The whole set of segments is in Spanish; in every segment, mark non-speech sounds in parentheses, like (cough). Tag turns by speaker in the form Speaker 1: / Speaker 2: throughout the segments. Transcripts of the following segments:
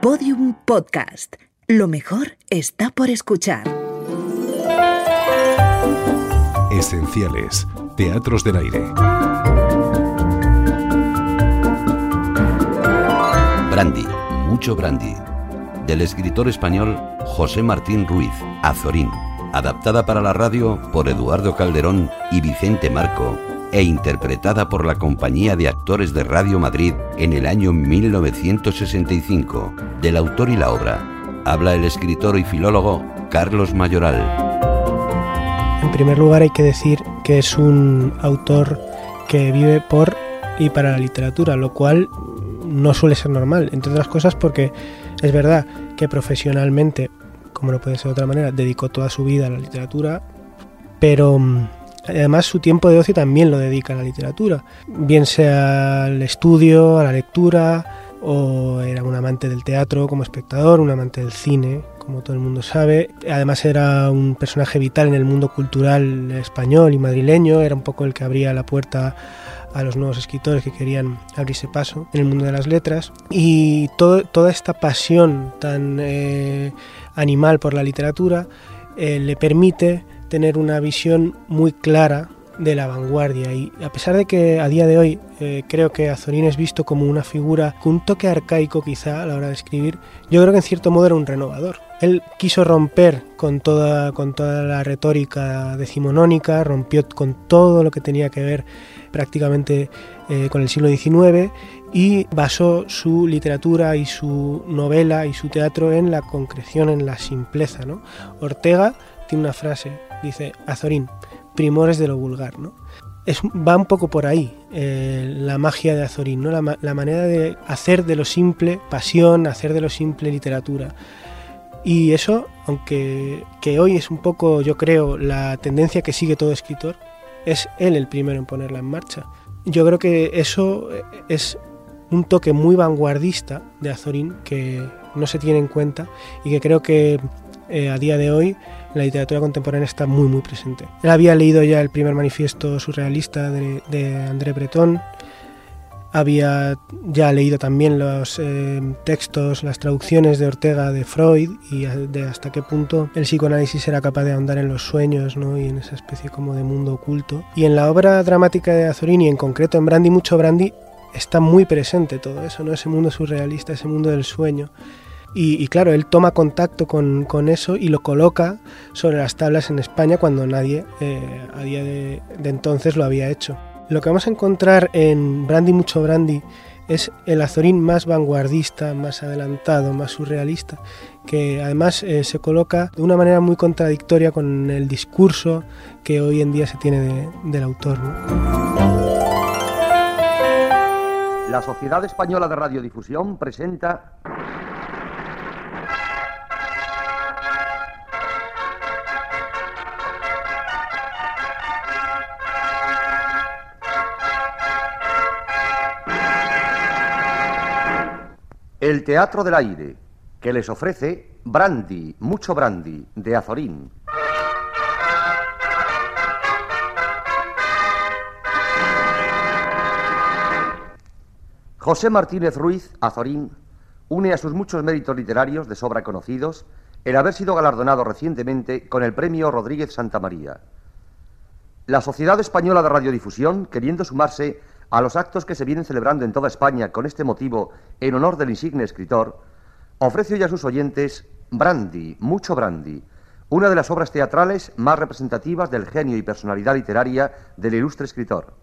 Speaker 1: Podium Podcast. Lo mejor está por escuchar.
Speaker 2: Esenciales. Teatros del aire.
Speaker 3: Brandy, mucho brandy. Del escritor español José Martín Ruiz, Azorín. Adaptada para la radio por Eduardo Calderón y Vicente Marco e interpretada por la Compañía de Actores de Radio Madrid en el año 1965. Del autor y la obra habla el escritor y filólogo Carlos Mayoral.
Speaker 4: En primer lugar hay que decir que es un autor que vive por y para la literatura, lo cual no suele ser normal, entre otras cosas porque es verdad que profesionalmente, como no puede ser de otra manera, dedicó toda su vida a la literatura, pero mm, además su tiempo de ocio también lo dedica a la literatura, bien sea al estudio, a la lectura, o era un amante del teatro como espectador, un amante del cine, como todo el mundo sabe. Además era un personaje vital en el mundo cultural español y madrileño, era un poco el que abría la puerta a los nuevos escritores que querían abrirse paso en el mundo de las letras. Y todo- toda esta pasión tan eh, animal por la literatura eh, le permite tener una visión muy clara de la vanguardia y a pesar de que a día de hoy eh, creo que Azorín es visto como una figura con un toque arcaico quizá a la hora de escribir, yo creo que en cierto modo era un renovador. Él quiso romper con toda, con toda la retórica decimonónica, rompió con todo lo que tenía que ver prácticamente eh, con el siglo XIX y basó su literatura y su novela y su teatro en la concreción, en la simpleza. ¿no? Ortega tiene una frase, dice Azorín, primores de lo vulgar. ¿no? Es, va un poco por ahí eh, la magia de Azorín, ¿no? la, ma- la manera de hacer de lo simple pasión, hacer de lo simple literatura. Y eso, aunque que hoy es un poco, yo creo, la tendencia que sigue todo escritor, es él el primero en ponerla en marcha. Yo creo que eso eh, es un toque muy vanguardista de Azorín que no se tiene en cuenta y que creo que eh, a día de hoy en la literatura contemporánea está muy muy presente. Él había leído ya el primer manifiesto surrealista de, de André Breton, había ya leído también los eh, textos, las traducciones de Ortega de Freud y a- de hasta qué punto el psicoanálisis era capaz de ahondar en los sueños ¿no? y en esa especie como de mundo oculto. Y en la obra dramática de Azorín y en concreto en Brandy, mucho Brandy, está muy presente todo eso, ¿no? ese mundo surrealista, ese mundo del sueño. Y, y claro, él toma contacto con, con eso y lo coloca sobre las tablas en España cuando nadie eh, a día de, de entonces lo había hecho. Lo que vamos a encontrar en Brandy Mucho Brandy es el azorín más vanguardista, más adelantado, más surrealista, que además eh, se coloca de una manera muy contradictoria con el discurso que hoy en día se tiene de- del autor. ¿no?
Speaker 5: La Sociedad Española de Radiodifusión presenta El Teatro del Aire, que les ofrece Brandy, mucho Brandy, de Azorín. José Martínez Ruiz, Azorín, une a sus muchos méritos literarios de sobra conocidos el haber sido galardonado recientemente con el premio Rodríguez Santamaría. La Sociedad Española de Radiodifusión, queriendo sumarse a los actos que se vienen celebrando en toda España con este motivo en honor del insigne escritor, ofrece hoy a sus oyentes Brandy, mucho Brandy, una de las obras teatrales más representativas del genio y personalidad literaria del ilustre escritor.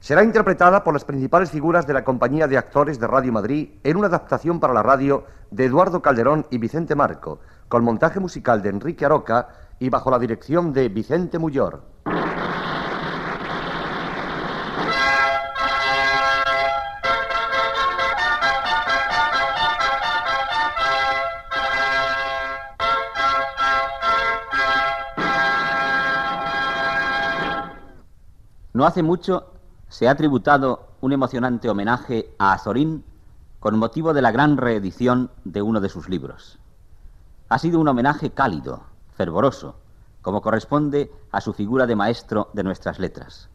Speaker 5: Será interpretada por las principales figuras de la compañía de actores de Radio Madrid en una adaptación para la radio de Eduardo Calderón y Vicente Marco, con montaje musical de Enrique Aroca y bajo la dirección de Vicente Mullor.
Speaker 6: No hace mucho se ha tributado un emocionante homenaje a Azorín con motivo de la gran reedición de uno de sus libros. Ha sido un homenaje cálido, fervoroso, como corresponde a su figura de maestro de nuestras letras.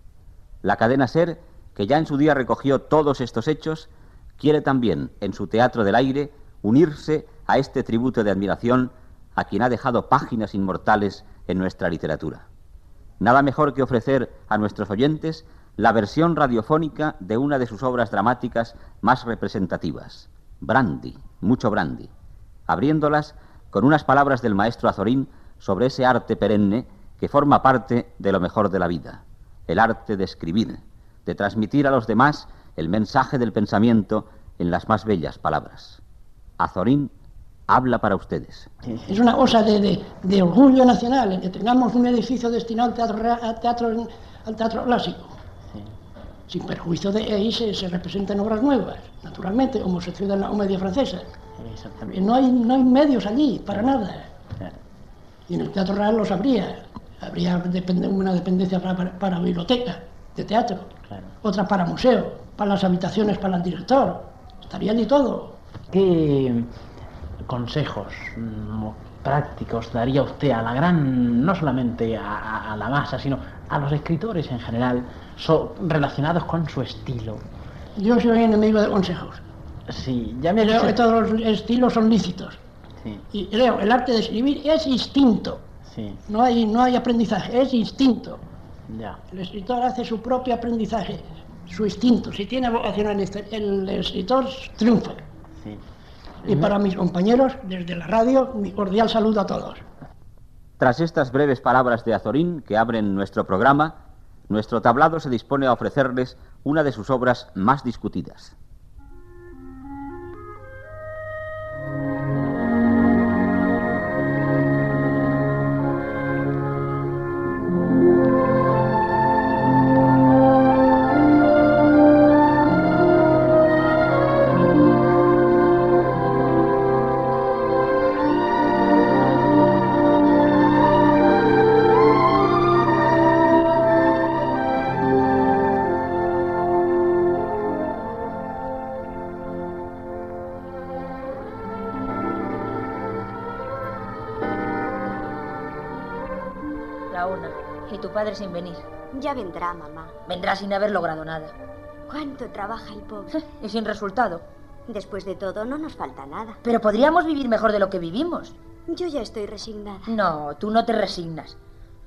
Speaker 6: La cadena Ser, que ya en su día recogió todos estos hechos, quiere también, en su Teatro del Aire, unirse a este tributo de admiración a quien ha dejado páginas inmortales en nuestra literatura. Nada mejor que ofrecer a nuestros oyentes la versión radiofónica de una de sus obras dramáticas más representativas, Brandy, mucho Brandy, abriéndolas con unas palabras del maestro Azorín sobre ese arte perenne que forma parte de lo mejor de la vida, el arte de escribir, de transmitir a los demás el mensaje del pensamiento en las más bellas palabras. Azorín habla para ustedes.
Speaker 7: Es una cosa de, de, de orgullo nacional, que tengamos un edificio destinado al teatro, al teatro, al teatro clásico. Sin perjuicio de ahí se, se representan obras nuevas, naturalmente, homosexualidad en la comedia francesa. No hay, no hay medios allí, para nada. Y en el Teatro Real los habría. Habría depend- una dependencia para, para, para biblioteca de teatro, otra para museo, para las habitaciones para el director. Estaría allí todo.
Speaker 8: ¿Qué consejos mm, prácticos daría usted a la gran, no solamente a, a- a la masa, sino a los escritores en general, so- relacionados con su estilo?
Speaker 7: Yo soy enemigo de consejos.
Speaker 8: Sí, ya me ha
Speaker 7: Creo
Speaker 8: dicho-
Speaker 7: que todos los estilos son lícitos.
Speaker 8: Sí,
Speaker 7: Y creo, el arte de escribir es instinto.
Speaker 8: sí,
Speaker 7: No hay, no hay aprendizaje, es instinto.
Speaker 8: ya.
Speaker 7: El escritor hace su propio aprendizaje, su instinto. Si tiene vocación el, est- el escritor, triunfa.
Speaker 8: Sí.
Speaker 7: Y para mis compañeros, desde la radio, mi cordial saludo a todos.
Speaker 6: Tras estas breves palabras de Azorín que abren nuestro programa, nuestro tablado se dispone a ofrecerles una de sus obras más discutidas.
Speaker 9: La una. Y tu padre sin venir.
Speaker 10: Ya vendrá, mamá.
Speaker 9: Vendrá sin haber logrado nada.
Speaker 10: ¿Cuánto trabaja el pobre?
Speaker 9: (laughs) Y sin resultado.
Speaker 10: Después de todo, no nos falta nada.
Speaker 9: Pero podríamos vivir mejor de lo que vivimos.
Speaker 10: Yo ya estoy resignada.
Speaker 9: No, tú no te resignas.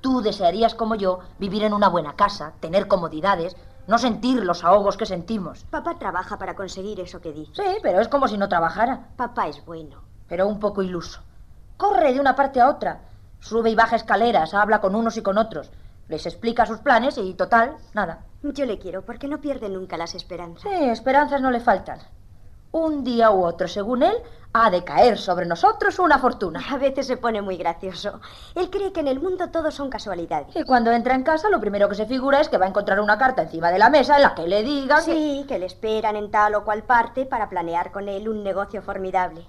Speaker 9: Tú desearías, como yo, vivir en una buena casa, tener comodidades, no sentir los ahogos que sentimos.
Speaker 10: Papá trabaja para conseguir eso que dice.
Speaker 9: Sí, pero es como si no trabajara,
Speaker 10: Papá es bueno.
Speaker 9: pero un poco iluso. Corre de una parte a otra, sube y baja escaleras, habla con unos y con otros, les explica sus planes y, total, nada.
Speaker 10: Yo le quiero porque no pierde nunca las
Speaker 9: Sí,
Speaker 10: esperanzas.
Speaker 9: esperanzas no le faltan. Un día u otro, según él, ha de caer sobre nosotros una fortuna.
Speaker 10: A veces se pone muy gracioso. Él cree que en el mundo todo son casualidades.
Speaker 9: Y cuando entra en casa, lo primero que se figura es que va a encontrar una carta encima de la mesa en la que le diga que-
Speaker 10: Sí, que le esperan en tal o cual parte para planear con él un negocio formidable.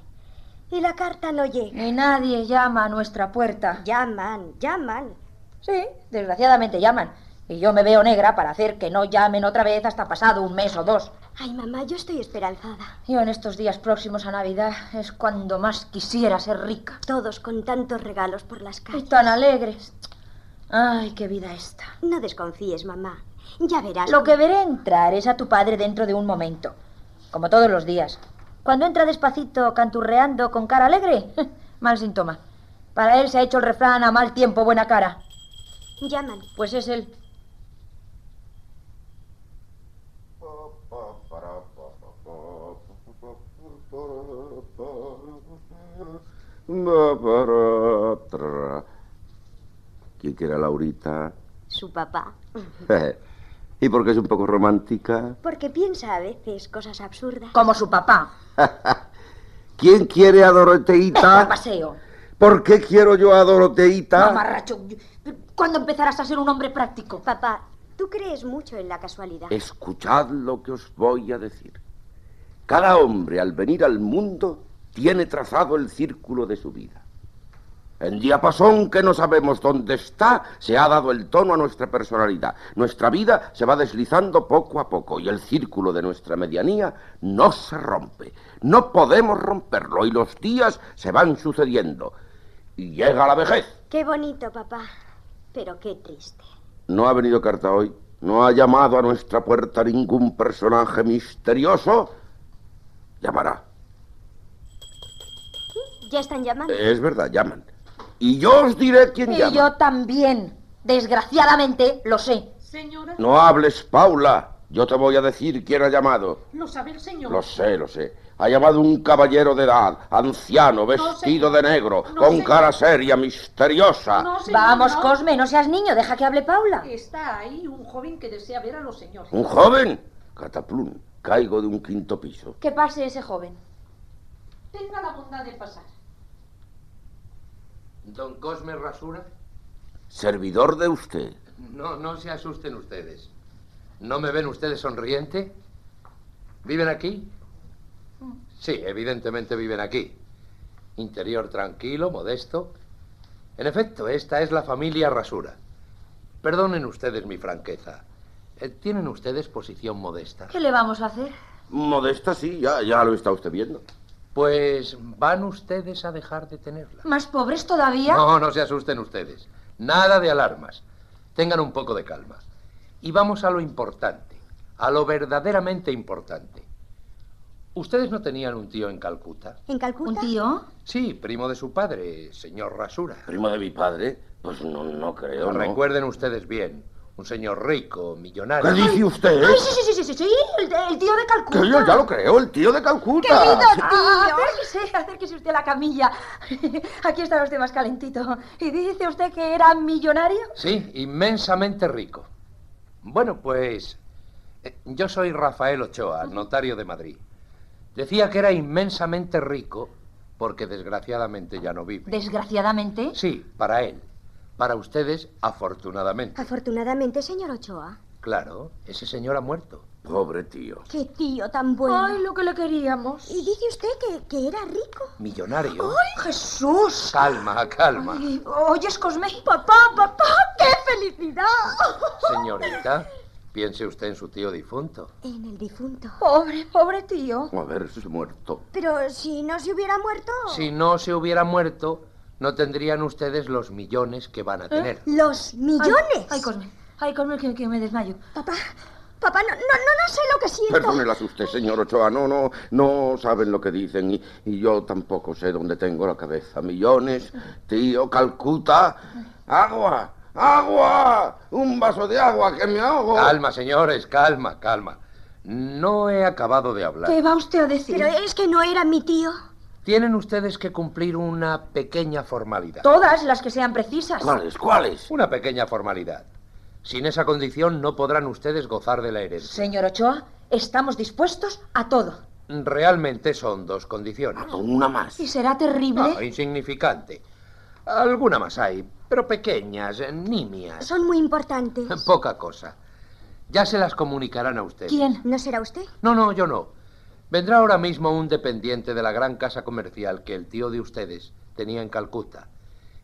Speaker 10: Y la carta no llega.
Speaker 9: Ni nadie llama a nuestra puerta.
Speaker 10: Llaman, llaman.
Speaker 9: Sí, desgraciadamente llaman. Y yo me veo negra para hacer que no llamen otra vez hasta pasado un mes o dos.
Speaker 10: Ay, mamá, yo estoy esperanzada.
Speaker 9: Yo en estos días próximos a Navidad es cuando más quisiera ser rica.
Speaker 10: Todos con tantos regalos por las
Speaker 9: Y
Speaker 10: calles.
Speaker 9: tan alegres. Ay, qué vida esta.
Speaker 10: No desconfíes, mamá. Ya verás.
Speaker 9: Lo que veré entrar es a tu padre dentro de un momento, como todos los días. Cuando entra despacito, canturreando, con cara alegre, (laughs) mal síntoma. Para él se ha hecho el refrán a mal tiempo, buena cara.
Speaker 10: Llaman.
Speaker 9: Pues es él.
Speaker 11: ¿Quién que era Laurita? (laughs)
Speaker 10: Su papá.
Speaker 11: ¿Y porque es un poco romántica? (laughs)
Speaker 10: Porque piensa a veces cosas absurdas. (laughs)
Speaker 9: Como su papá.
Speaker 11: ¿Quién quiere a
Speaker 9: Venga,
Speaker 11: Doroteita?
Speaker 10: (laughs)
Speaker 9: paseo.
Speaker 11: ¿Por qué quiero yo a Doroteita?
Speaker 9: Mamarracho. ¿Cuándo empezarás a ser un hombre práctico?
Speaker 10: Papá, tú crees mucho en la casualidad.
Speaker 11: Escuchad lo que os voy a decir. Cada hombre al venir al mundo tiene trazado el círculo de su vida. En diapasón que no sabemos dónde está, se ha dado el tono a nuestra personalidad. Nuestra vida se va deslizando poco a poco y el círculo de nuestra medianía no se rompe. No podemos romperlo y los días se van sucediendo. Y llega la vejez.
Speaker 10: Qué bonito, papá. Pero qué triste.
Speaker 11: No ha venido carta hoy. No ha llamado a nuestra puerta ningún personaje misterioso. Llamará.
Speaker 10: Ya están llamando.
Speaker 11: Es verdad, llaman. Y yo os diré Eh, quién
Speaker 9: Y
Speaker 11: llama.
Speaker 9: yo también. Desgraciadamente, lo sé.
Speaker 12: Señora,
Speaker 11: No hables, Paula. Yo te voy a decir quién ha llamado.
Speaker 12: lo sabe el señor.
Speaker 11: Lo sé, lo sé. Ha llamado un caballero de edad, anciano, vestido de negro, con cara seria, misteriosa.
Speaker 9: Vamos, Cosme, no seas niño, deja que hable Paula.
Speaker 12: Está ahí un joven que desea ver a los señores.
Speaker 11: ¿Un joven? Cataplum, caigo de un quinto piso.
Speaker 9: Que pase ese joven.
Speaker 12: Tenga la bondad de pasar.
Speaker 13: ¿Don Cosme Rasura?
Speaker 11: Servidor de usted.
Speaker 13: No, no se asusten ustedes. ¿No me ven ustedes sonriente? ¿Viven aquí? Sí, evidentemente viven aquí. Interior tranquilo, modesto. En efecto, esta es la familia Rasura. Perdonen ustedes mi franqueza. Eh, Tienen ustedes posición modesta.
Speaker 9: ¿Qué le vamos a hacer?
Speaker 11: Modesta, sí, ya, ya lo está usted viendo.
Speaker 13: Pues van ustedes a dejar de tenerla.
Speaker 9: ¿Más pobres todavía?
Speaker 13: No, no se asusten ustedes. Nada de alarmas. Tengan un poco de calma. Y vamos a lo importante, a lo verdaderamente importante. ¿Ustedes no tenían un tío en Calcuta?
Speaker 10: ¿En Calcuta?
Speaker 9: ¿Un tío?
Speaker 13: Sí, primo de su padre, señor Rasura.
Speaker 11: ¿Primo de mi padre? Pues no, no creo. no.
Speaker 13: Recuerden ustedes bien, un señor rico, millonario.
Speaker 11: ¿Qué dice usted?
Speaker 9: Ay, sí, sí, sí, sí, sí, sí, el, el tío de Calcuta.
Speaker 11: Que yo ya lo creo, el tío de Calcuta.
Speaker 9: Querido
Speaker 11: Sí.
Speaker 9: tío, acérquese, acérquese usted a la camilla. (laughs) Aquí está usted más calentito. ¿Y dice usted que era millonario?
Speaker 13: Sí, inmensamente rico. Bueno, pues eh, yo soy Rafael
Speaker 9: (laughs)
Speaker 13: Ochoa, notario de Madrid. Decía que era inmensamente rico porque desgraciadamente ya no vive.
Speaker 9: Desgraciadamente.
Speaker 13: Sí, para él. Para ustedes, afortunadamente.
Speaker 10: Afortunadamente, señor Ochoa.
Speaker 13: Claro, ese señor ha muerto.
Speaker 11: Pobre tío.
Speaker 10: Qué tío tan bueno.
Speaker 9: Ay, lo que le queríamos.
Speaker 10: Y dice usted que, que era rico.
Speaker 13: Millonario.
Speaker 9: ¡Ay, Jesús!
Speaker 13: Calma, calma.
Speaker 9: Ay, Oyes, Cosme. Papá, papá, qué felicidad.
Speaker 13: Señorita, piense usted en su tío difunto.
Speaker 10: En el difunto.
Speaker 9: Pobre, pobre tío.
Speaker 11: A ver, es muerto.
Speaker 10: Pero si no se hubiera muerto.
Speaker 13: Si no se hubiera muerto, no tendrían ustedes los millones que van a tener.
Speaker 10: Los millones.
Speaker 9: ¿Eh? Ay, ay, Cosme. Ay, Cosme, que, que me desmayo.
Speaker 10: Papá, papá, no, no, no, no sé lo que siento.
Speaker 11: Perdónelas usted, señor Ochoa. No, no, no saben lo que dicen. Y, y yo tampoco sé dónde tengo la cabeza. Millones, tío, Calcuta. ¡Agua! ¡Agua! ¡Un vaso de agua que me ahogo!
Speaker 13: Calma, señores, calma, calma. No he acabado de hablar.
Speaker 9: ¿Qué va usted a decir?
Speaker 10: Pero es que no era mi tío.
Speaker 13: Tienen ustedes que cumplir una pequeña formalidad.
Speaker 9: Todas las que sean precisas.
Speaker 11: ¿Cuáles?
Speaker 13: Una pequeña formalidad. Sin esa condición no podrán ustedes gozar de la herencia.
Speaker 9: Señor Ochoa, estamos dispuestos a todo.
Speaker 13: Realmente son dos condiciones.
Speaker 11: Ah, Una más.
Speaker 9: ¿Y será terrible?
Speaker 13: No, insignificante. Alguna más hay, pero pequeñas, eh, nimias,
Speaker 10: Son muy importantes.
Speaker 13: (laughs) poca cosa. Ya se las comunicarán a ustedes.
Speaker 10: ¿Quién? ¿No será usted?
Speaker 13: No, no, yo no. Vendrá ahora mismo un dependiente de la gran casa comercial que el tío de ustedes tenía en Calcuta.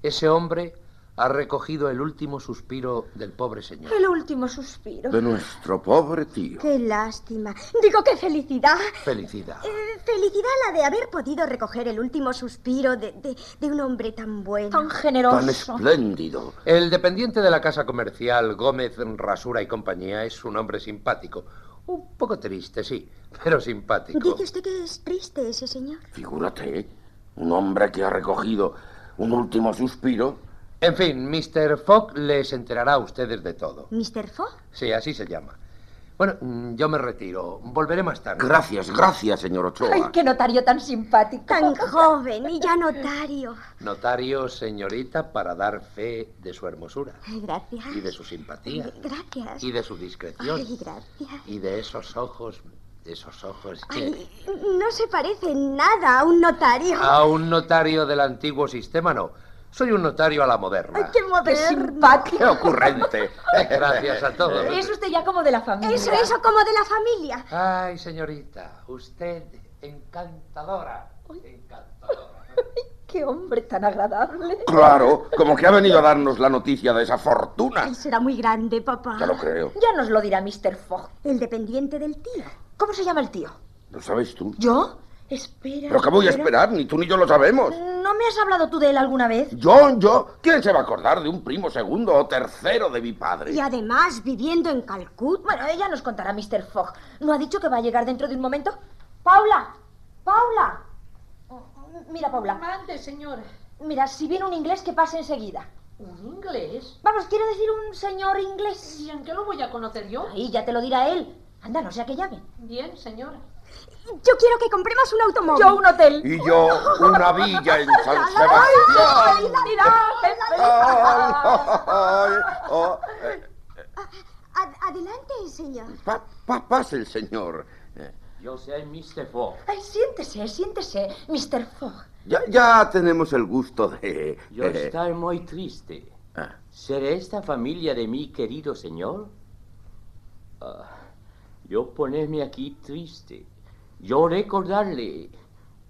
Speaker 13: Ese hombre ha recogido el último suspiro del pobre señor.
Speaker 9: El último suspiro.
Speaker 11: De nuestro pobre tío.
Speaker 10: Qué lástima. Digo que felicidad.
Speaker 13: Felicidad.
Speaker 10: Eh, felicidad la de haber podido recoger el último suspiro de, de- de un hombre tan bueno.
Speaker 9: Tan
Speaker 11: Tan
Speaker 9: generoso.
Speaker 11: espléndido.
Speaker 13: El dependiente de la casa comercial Gómez Rasura y compañía es un hombre simpático. Un poco triste, sí, pero
Speaker 10: (laughs)
Speaker 13: simpático.
Speaker 10: Dice usted que es triste ese señor.
Speaker 11: Figúrate, ¿eh? un hombre que ha recogido un último suspiro.
Speaker 13: En fin, Mr. Fogg les enterará a ustedes de todo.
Speaker 10: ¿Mr. Fogg?
Speaker 13: Sí, así se llama. Bueno, mm, yo me retiro. Volveré más tarde.
Speaker 11: Gracias, gracias, señor Ochoa.
Speaker 9: Ay, qué notario tan simpático.
Speaker 10: Tan joven y ya notario.
Speaker 13: Notario, señorita, para dar fe de su hermosura
Speaker 10: Ay, Gracias.
Speaker 13: y de su simpatía
Speaker 10: Gracias.
Speaker 13: y de su discreción
Speaker 10: Ay, gracias.
Speaker 13: y de esos ojos, de esos ojos que
Speaker 10: Ay, no se parece en nada a un notario.
Speaker 13: a un notario del antiguo sistema no. Soy un notario a la
Speaker 10: Ay,
Speaker 13: moderna.
Speaker 10: qué
Speaker 9: Ah, Qué
Speaker 10: moderno.
Speaker 11: ¡Qué (laughs)
Speaker 9: simpático.
Speaker 11: ocurrente!
Speaker 13: (laughs) Gracias a todos.
Speaker 9: Es usted ya como de la familia.
Speaker 10: Eso, eso como de la familia.
Speaker 13: Ay, señorita, usted encantadora, encantadora.
Speaker 9: (laughs) Qué hombre tan agradable.
Speaker 11: Claro, como que ha venido a darnos la noticia de esa fortuna.
Speaker 10: Ay, será muy grande, papá.
Speaker 11: Ya lo creo.
Speaker 9: Ya nos lo dirá Mr. Fogg.
Speaker 10: El dependiente del tío.
Speaker 9: ¿Cómo se llama el tío?
Speaker 11: ¿Lo sabes tú?
Speaker 9: ¿Yo? Espera.
Speaker 11: ¿Pero qué voy a esperar? Ni tú ni yo lo sabemos.
Speaker 9: ¿No me has hablado tú de él alguna vez?
Speaker 11: Yo, yo, ¿quién se va a acordar de un primo segundo o tercero de mi
Speaker 10: Y
Speaker 11: padre?
Speaker 10: además, viviendo en Calcuta.
Speaker 9: Bueno, ella nos contará Mr. Fogg. ¿No ha dicho que va a llegar dentro de un momento? ¡Paula! ¡Paula! Mira, Paula.
Speaker 12: Mande, señora.
Speaker 9: Mira, si viene un inglés, que pase enseguida.
Speaker 12: ¿Un inglés?
Speaker 9: Vamos, quiero decir un señor inglés.
Speaker 12: ¿Y en qué lo voy a conocer yo?
Speaker 9: Ahí ya te lo dirá él. Anda, no sea que llamen.
Speaker 12: Bien, señora.
Speaker 10: Yo quiero que compremos un automóvil.
Speaker 9: Yo un hotel.
Speaker 11: Y yo una villa en San
Speaker 12: ¡Ay,
Speaker 11: Sebastián.
Speaker 12: felicidad!
Speaker 11: Ay,
Speaker 12: felicidad!
Speaker 11: ay, ay, oh, eh,
Speaker 10: Ad- adelante, señor.
Speaker 11: pa- pa- pase el señor. Eh,
Speaker 14: Yo soy Mr. Fogg.
Speaker 9: Ay, siéntese, siéntese, Mr. Fogg.
Speaker 11: Ya, ya tenemos el gusto de... (laughs)
Speaker 14: Yo
Speaker 11: eh,
Speaker 14: estoy muy triste.
Speaker 11: Ah.
Speaker 14: ¿Será esta familia de mi querido señor? Ah, yo ponerme aquí triste. Yo recordarle.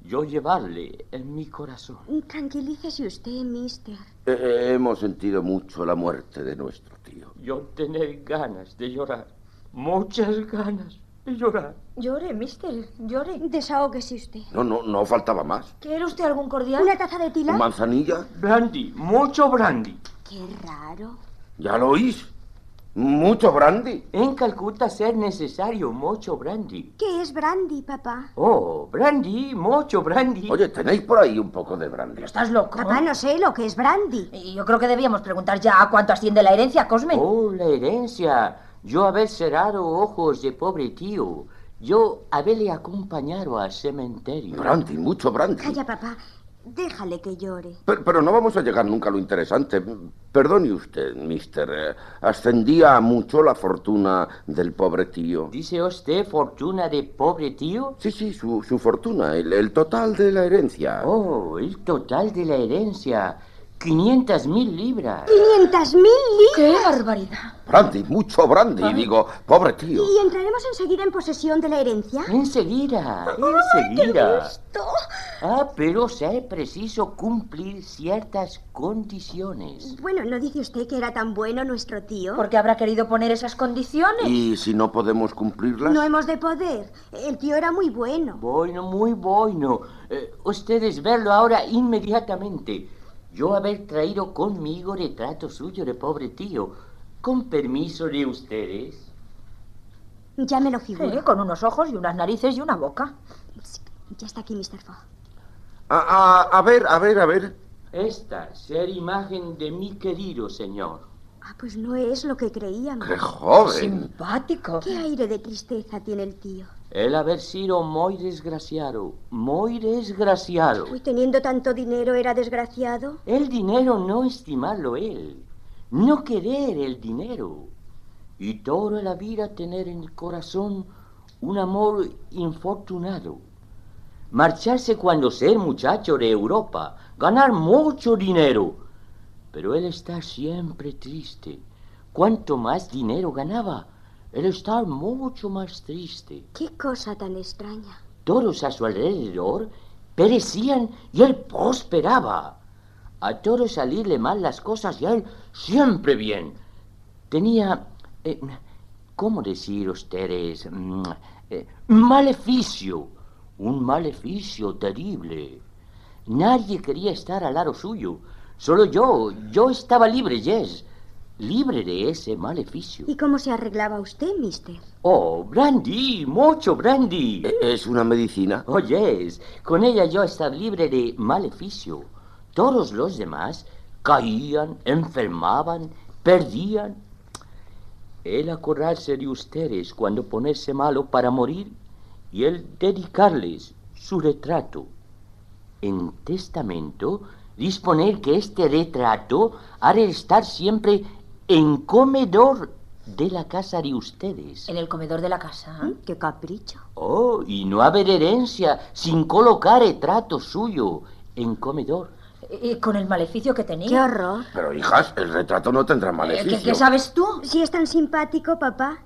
Speaker 14: Yo llevarle en mi corazón.
Speaker 10: Tranquilícese usted, mister.
Speaker 11: eh, hemos sentido mucho la muerte de nuestro tío.
Speaker 14: Yo tener ganas de llorar. Muchas ganas de llorar.
Speaker 9: Llore, mister, llore.
Speaker 10: Desahógese usted.
Speaker 11: No, no, no faltaba más.
Speaker 9: ¿Quiere usted algún cordial?
Speaker 10: ¿Una taza de tila?
Speaker 11: ¿Manzanilla?
Speaker 14: Brandy, mucho brandy.
Speaker 10: Qué raro.
Speaker 11: ¿Ya lo oís? Mucho brandy.
Speaker 14: En Calcuta ser necesario mucho brandy.
Speaker 10: ¿Qué es brandy, papá?
Speaker 14: Oh, brandy, mucho brandy.
Speaker 11: Oye, ¿tenéis por ahí un poco de brandy?
Speaker 9: ¿Estás loco?
Speaker 10: Papá, no sé lo que es brandy.
Speaker 9: Y Yo creo que debíamos preguntar ya a cuánto asciende la herencia, Cosme.
Speaker 14: Oh, la herencia. Yo haber cerrado ojos de pobre tío. Yo haberle acompañado al cementerio.
Speaker 11: Brandy, mucho brandy.
Speaker 10: Calla, papá. Déjale que llore.
Speaker 11: Pero, pero no vamos a llegar nunca a lo interesante. Perdone usted, mister. eh, Ascendía a mucho la fortuna del pobre tío.
Speaker 14: ¿Dice usted fortuna de pobre tío?
Speaker 11: Sí, sí, su, su fortuna, el, el total de la herencia.
Speaker 14: Oh, el total de la herencia. 500 mil libras.
Speaker 10: ¡500 mil
Speaker 9: ¡Qué
Speaker 10: libras!
Speaker 9: barbaridad!
Speaker 11: Brandy, mucho brandy. Digo, pobre tío.
Speaker 10: ¿Y entraremos enseguida en posesión de la herencia?
Speaker 14: Enseguida,
Speaker 10: ¡Ay, qué
Speaker 14: enseguida.
Speaker 10: gusto!
Speaker 14: Ah, pero será preciso cumplir ciertas condiciones.
Speaker 10: Bueno, ¿no dice usted que era tan bueno nuestro tío?
Speaker 9: ¿Por qué habrá querido poner esas condiciones?
Speaker 11: ¿Y si no podemos cumplirlas?
Speaker 10: No hemos de poder. El tío era muy bueno.
Speaker 14: Bueno, muy bueno. Eh, ustedes verlo ahora inmediatamente. Yo haber traído conmigo retrato suyo de pobre tío. Con permiso de ustedes.
Speaker 10: Ya me lo
Speaker 9: Sí,
Speaker 10: figuro.
Speaker 9: Eh, con unos ojos y unas narices y una boca.
Speaker 10: Ya está aquí, Mr. Fogg.
Speaker 11: A, a- a ver, a ver, a ver.
Speaker 14: Esta ser imagen de mi querido señor.
Speaker 10: Ah, pues no es lo que creíamos.
Speaker 11: ¡Qué joven!
Speaker 9: Simpático.
Speaker 10: ¿Qué aire de tristeza tiene el tío?
Speaker 14: El haber sido muy desgraciado. Muy desgraciado.
Speaker 10: Uy, teniendo tanto dinero era desgraciado.
Speaker 14: El dinero no estimarlo él. No querer el dinero. Y toda la vida tener en el corazón un amor infortunado. Marcharse cuando ser muchacho de Europa. Ganar mucho dinero. Pero él estar siempre triste. Cuanto más dinero ganaba, él estar mucho más triste.
Speaker 10: Qué cosa tan extraña.
Speaker 14: Todos a su alrededor perecían y él prosperaba. A todos salirle mal las cosas y a él siempre bien. Tenía, eh, ¿cómo decir ustedes? Mm, eh, maleficio. Un maleficio terrible. Nadie quería estar al lado suyo. Solo yo, yo estaba libre, yes. Libre de ese maleficio.
Speaker 10: ¿Y cómo se arreglaba usted, mister?
Speaker 14: Oh, brandy, mucho brandy.
Speaker 11: ¿Es una medicina?
Speaker 14: Oyes, con ella yo estaba libre de maleficio. Todos los demás caían, enfermaban, perdían. El acordarse de ustedes cuando ponerse malo para morir y el dedicarles su retrato. En testamento, disponer que este retrato ha de estar siempre en comedor de la casa de ustedes.
Speaker 9: En el comedor de la casa.
Speaker 10: Mm, Qué capricho.
Speaker 14: Oh, y no haber herencia sin colocar el trato suyo en comedor.
Speaker 9: Y con el maleficio que tenía.
Speaker 10: Qué horror.
Speaker 11: Pero, hijas, el retrato no tendrá
Speaker 9: Eh, ¿Qué,
Speaker 11: maleficio.
Speaker 9: qué sabes tú?
Speaker 10: Si es tan simpático, papá.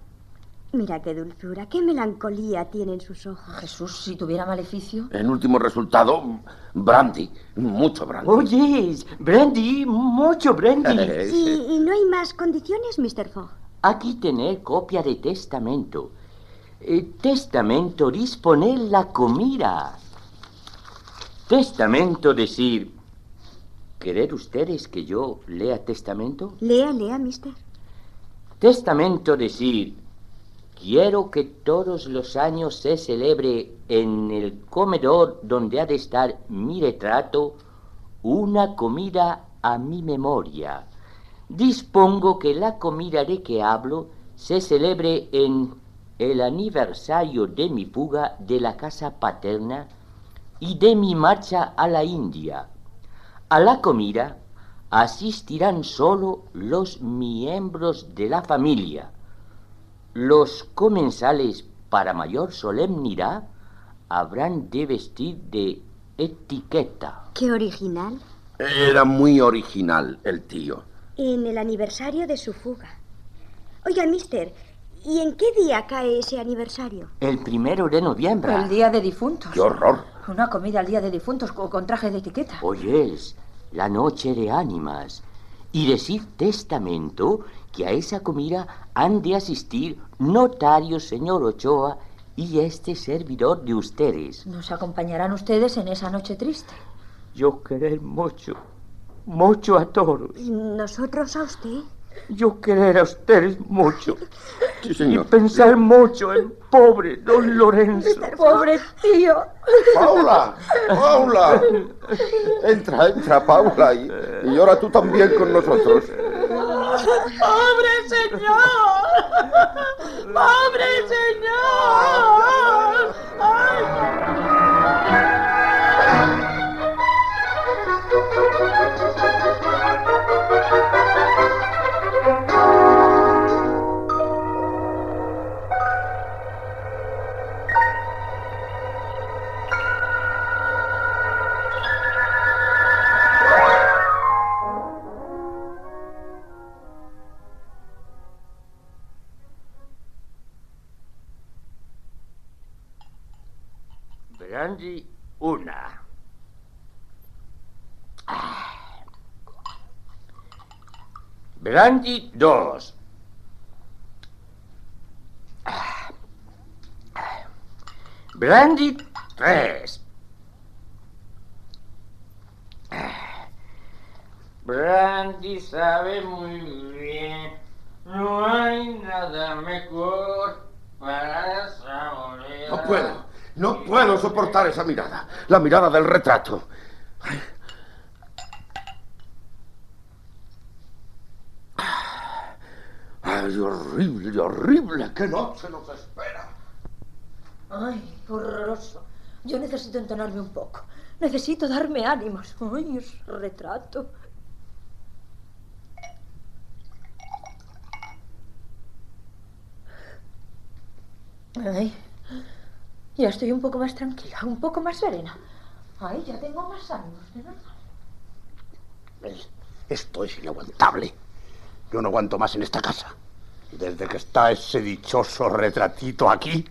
Speaker 10: Mira qué dulzura, qué melancolía tiene en sus ojos.
Speaker 9: Jesús, si tuviera maleficio.
Speaker 11: En último resultado, brandy. Mucho brandy.
Speaker 14: Oyes, Brandy, mucho Brandy.
Speaker 11: Eh,
Speaker 10: Sí, y no hay más condiciones, Mr. Fogg.
Speaker 14: Aquí tener copia de testamento. Eh, testamento disponer la comida. Testamento decir. ¿Querer ustedes que yo lea testamento?
Speaker 10: Lea, lea, mister.
Speaker 14: Testamento decir, Quiero que todos los años se celebre en el comedor donde ha de estar mi retrato una comida a mi memoria. Dispongo que la comida de que hablo se celebre en el aniversario de mi fuga de la casa paterna y de mi marcha a la India. A la comida asistirán solo los miembros de la familia. Los comensales, para mayor solemnidad, habrán de vestir de etiqueta.
Speaker 10: Qué original.
Speaker 11: Era muy original el tío.
Speaker 10: En el aniversario de su fuga. Oiga, mister, ¿y en qué día cae ese aniversario?
Speaker 14: El primero de noviembre.
Speaker 9: El día de difuntos.
Speaker 14: ¡Qué horror!
Speaker 9: Una comida al día de difuntos co- con traje de etiqueta.
Speaker 14: Oyes, la noche de ánimas. Y decid testamento que a esa comida han de asistir notario señor Ochoa y este servidor de ustedes.
Speaker 9: Nos acompañarán ustedes en esa noche triste.
Speaker 14: Yo querer mucho, mucho a todos.
Speaker 10: ¿Nosotros a usted?
Speaker 14: Yo querer a ustedes mucho.
Speaker 11: señor.
Speaker 14: Y pensar mucho en pobre don Lorenzo.
Speaker 9: Pobre tío.
Speaker 11: ¡Paula! ¡Paula! Entra, entra, Paula, y, y llora tú también con nosotros.
Speaker 12: ¡Pobre señor! ¡Pobre señor!
Speaker 14: Brandy, una. Brandy, dos. Brandy, tres. Brandy sabe muy bien, no hay nada mejor para saborear.
Speaker 11: No puedo, no puedo soportar esa mirada, la mirada del retrato. ¡Ay, horrible, horrible! ¡Qué noche nos espera!
Speaker 9: Ay, horroroso. Yo necesito entonarme un poco. Necesito darme ánimos. Ay, es retrato. Ay, ya estoy un poco más tranquila, un poco más serena. Ay, ya tengo más ánimos, de verdad.
Speaker 15: ¿Veis? Esto es inaguantable. Yo no aguanto más en esta casa. Desde que está ese dichoso retratito aquí,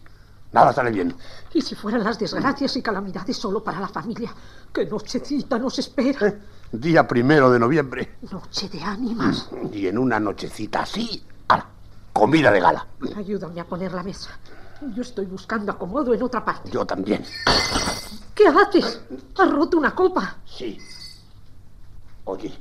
Speaker 15: nada sale bien.
Speaker 12: Y si fueran las desgracias y calamidades solo para la familia, qué nochecita nos espera.
Speaker 15: Día primero de noviembre.
Speaker 12: Noche de ánimas.
Speaker 15: Y en una nochecita así, ¡ala! comida de gala.
Speaker 12: Ayúdame a poner la mesa. Yo estoy buscando acomodo en otra parte.
Speaker 15: Yo también.
Speaker 12: ¿Qué haces? Has roto una copa.
Speaker 15: Sí. Oye,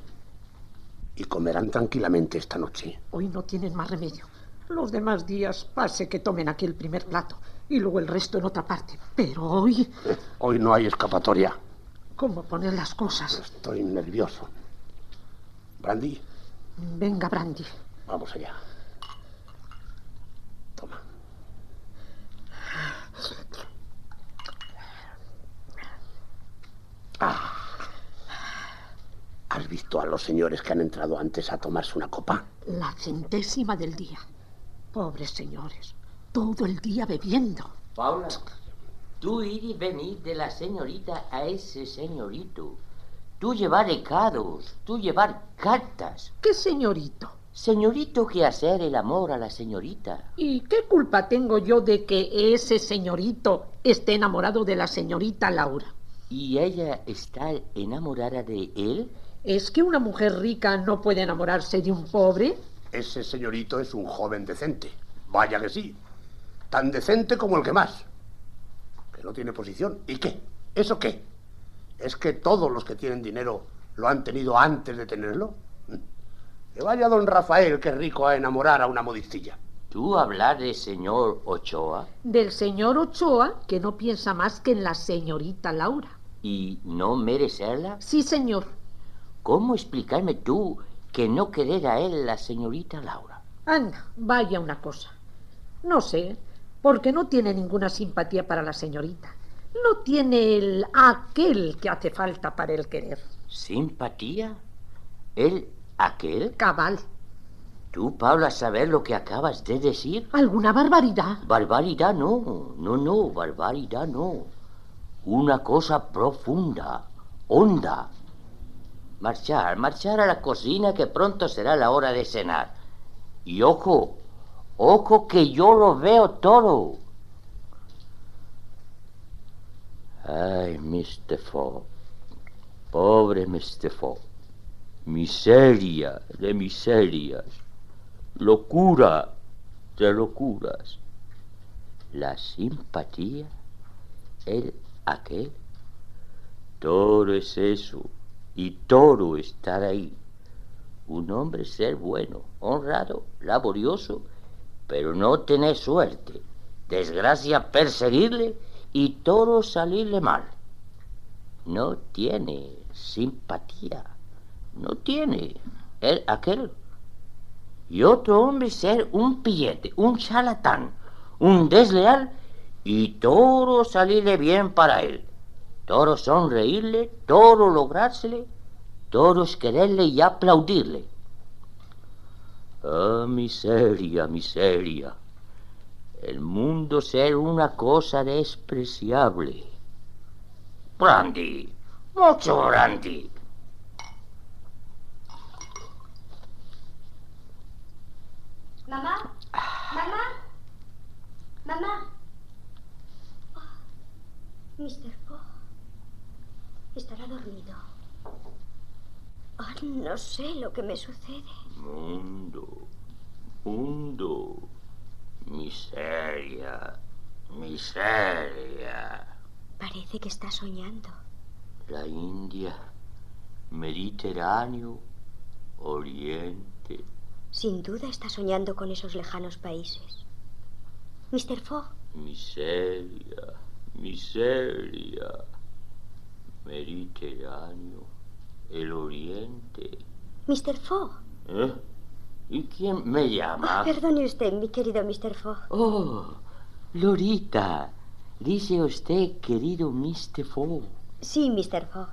Speaker 15: y comerán tranquilamente esta noche.
Speaker 12: Hoy no tienen más remedio. Los demás días pase que tomen aquí el primer plato y luego el resto en otra parte. Pero hoy,
Speaker 15: Hoy no hay escapatoria.
Speaker 12: ¿cómo poner las cosas?
Speaker 15: Estoy nervioso. Brandy,
Speaker 12: Venga, Brandy.
Speaker 15: vamos allá. Ah. ¿Has visto a los señores que han entrado antes a tomarse una copa?
Speaker 12: La centésima del día. Pobres señores, todo el día bebiendo.
Speaker 14: Paula, tú ir y venir de la señorita a ese señorito. Tú llevar recados, tú llevar cartas.
Speaker 12: ¿Qué señorito?
Speaker 14: Señorito que hacer el amor a la señorita.
Speaker 12: ¿Y qué culpa tengo yo de que ese señorito esté enamorado de la señorita Laura?
Speaker 14: ¿Y ella está enamorada de él?
Speaker 12: ¿Es que una mujer rica no puede enamorarse de un pobre?
Speaker 15: Ese señorito es un joven decente. Vaya que sí. Tan decente como el que más. Que no tiene posición. ¿Y qué? ¿Eso qué? ¿Es que todos los que tienen dinero lo han tenido antes de tenerlo? Que vaya don Rafael, que rico a enamorar a una modistilla.
Speaker 14: ¿Tú hablar de señor Ochoa
Speaker 12: Del señor Ochoa, que no piensa más que en la señorita Laura.
Speaker 14: y no merecerla?
Speaker 12: Sí, señor.
Speaker 14: ¿Cómo explicarme tú que no querer a él la señorita Laura?
Speaker 12: Anda, vaya una cosa. No sé, porque no tiene ninguna simpatía para la señorita. No tiene el aquel que hace falta para el querer.
Speaker 14: ¿Simpatía? ¿Él aquel?
Speaker 12: Cabal.
Speaker 14: ¿Tú, Paula, saber lo que acabas de decir?
Speaker 12: ¿Alguna barbaridad?
Speaker 14: Barbaridad no, no, no, barbaridad no. Una cosa profunda, honda. Marchar, marchar a la cocina que pronto será la hora de cenar. Y ojo, ojo que yo lo veo todo. Ay, Mr. Fogg. Pobre Mr. Fogg. Miseria de miserias. Locura de locuras. La simpatía, el aquel. Todo es eso. Y todo estar ahí. Un hombre ser bueno, honrado, laborioso, pero no tener suerte. Desgracia perseguirle y todo salirle mal. No tiene simpatía. No tiene. El aquel. Y otro hombre ser un pillete, un charlatán, un desleal y todo salirle bien para él. Todo sonreírle, todo logrársele, todos quererle y aplaudirle. Ah, miseria, miseria. El mundo ser una cosa despreciable. Brandy, mucho brandy.
Speaker 10: Mamá, mamá, mamá. Oh, Mr. Fogg estará dormido. Oh, no sé lo que me sucede.
Speaker 14: Mundo, mundo, miseria, miseria.
Speaker 10: Parece que está soñando.
Speaker 14: La India, Mediterráneo, Oriente.
Speaker 10: Sin duda está soñando con esos lejanos países. Mr. Fogg,
Speaker 14: Miseria, miseria. Mediterráneo, el oriente.
Speaker 10: Mr. Fogg.
Speaker 14: ¿Eh? ¿Y quién me llama?
Speaker 10: Perdone usted, mi querido Mr. Fogg.
Speaker 14: Oh, Lorita, dice usted, querido Mr. Fogg.
Speaker 10: Sí, Mr. Fogg.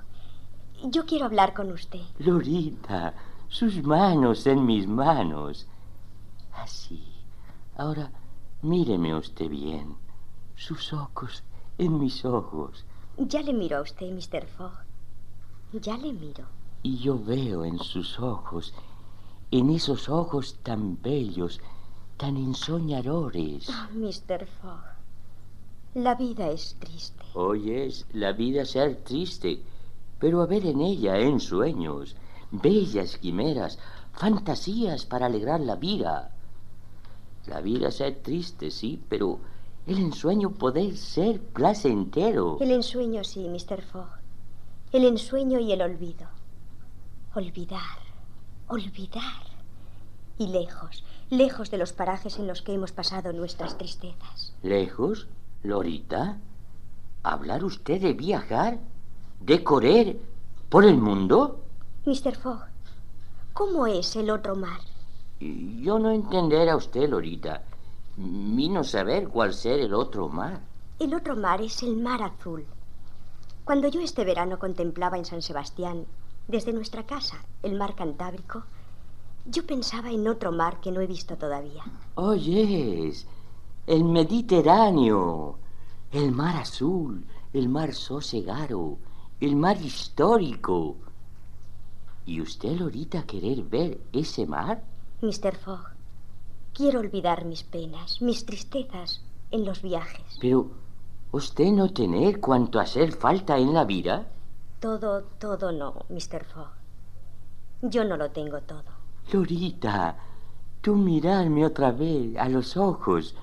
Speaker 10: Yo quiero hablar con usted.
Speaker 14: Lorita, sus manos en mis manos. Así. Ahora, míreme usted bien. Sus ojos en mis ojos.
Speaker 10: Ya le miro a usted, Mr. Fogg. Ya le miro.
Speaker 14: Y yo veo en sus ojos, en esos ojos tan bellos, tan ensoñadores.
Speaker 10: Ah, Mr. Fogg, la vida es triste.
Speaker 14: Oye, es la vida ser triste, pero haber en ella ensueños, bellas quimeras, fantasías para alegrar la vida. La vida ser triste, sí, pero el ensueño poder ser placentero.
Speaker 10: El ensueño, sí, Mr. Fogg. El ensueño y el olvido. Olvidar, olvidar. Y lejos, lejos de los parajes en los que hemos pasado nuestras tristezas.
Speaker 14: ¿Lejos? ¿Lorita? ¿Hablar usted de viajar? ¿De correr por el mundo?
Speaker 10: Mr. Fogg, ¿cómo es el otro mar?
Speaker 14: Yo no entender a usted, Lorita. Mi no saber cuál ser el otro mar.
Speaker 10: El otro mar es el mar azul. Cuando yo este verano contemplaba en San Sebastián, desde nuestra casa, el mar Cantábrico, yo pensaba en otro mar que no he visto todavía.
Speaker 14: Oyes, el Mediterráneo, el mar azul, el mar sosegado, el mar histórico. ¿Y usted, Lorita, querer ver ese mar?
Speaker 10: Mr. Fogg, quiero olvidar mis penas, mis tristezas en los viajes.
Speaker 14: Pero, ¿usted no tener cuanto hacer falta en la vida?
Speaker 10: Todo, todo no, Mr. Fogg. Yo no lo tengo todo.
Speaker 14: Lorita, tú mirarme otra vez a los ojos.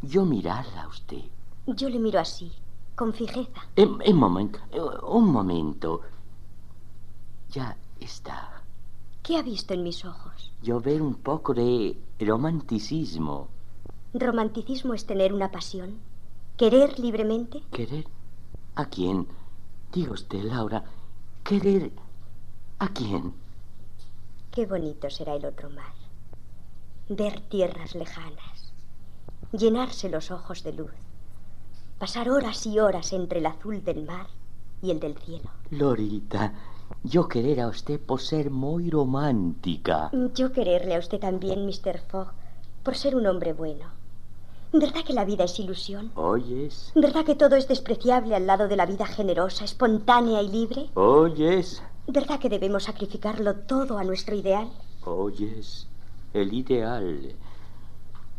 Speaker 14: Yo mirarla a usted.
Speaker 10: Yo le miro así, con fijeza.
Speaker 14: Un, un momento, eh, un momento. Ya está.
Speaker 10: ¿Qué ha visto en mis ojos?
Speaker 14: Yo veo un poco de romanticismo.
Speaker 10: Romanticismo es tener una pasión, querer libremente.
Speaker 14: ¿Querer? ¿A quién? Diga usted, Laura, ¿querer a quién?
Speaker 10: Qué bonito será el otro mar. Ver tierras lejanas, llenarse los ojos de luz, pasar horas y horas entre el azul del mar y el del cielo.
Speaker 14: Lorita, yo querer a usted por ser muy romántica.
Speaker 10: Yo quererle a usted también, Mr. Fogg, por ser un hombre bueno. ¿Verdad que la vida es ilusión?
Speaker 14: ¿Oyes?
Speaker 10: ¿Verdad que todo es despreciable al lado de la vida generosa, espontánea y libre?
Speaker 14: ¿Oyes?
Speaker 10: ¿Verdad que debemos sacrificarlo todo a nuestro ideal?
Speaker 14: ¿Oyes? El ideal.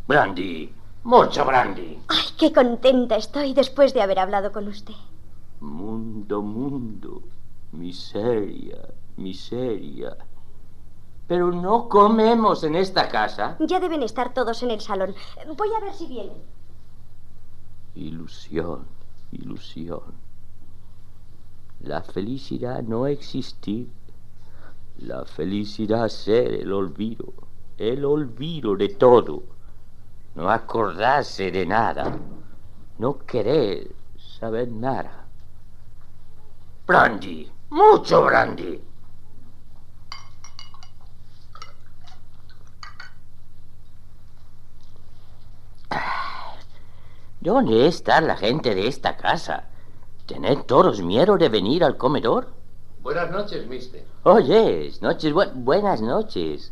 Speaker 16: Brandy, mucho brandy.
Speaker 10: ¡Ay, qué contenta estoy después de haber hablado con usted!
Speaker 14: Mundo, mundo. Miseria, miseria. Pero no comemos en esta casa.
Speaker 10: Ya deben estar todos en el salón. Voy a ver si vienen.
Speaker 14: Ilusión, ilusión. La felicidad no existir. La felicidad ser el olvido. El olvido de todo. No acordarse de nada. No querer saber nada.
Speaker 16: Brandy, mucho brandy.
Speaker 14: ¿Dónde está la gente de esta casa? ¿Tened todos miedo de venir al comedor?
Speaker 13: Buenas noches, mister.
Speaker 14: Oye, noches, bu buenas noches.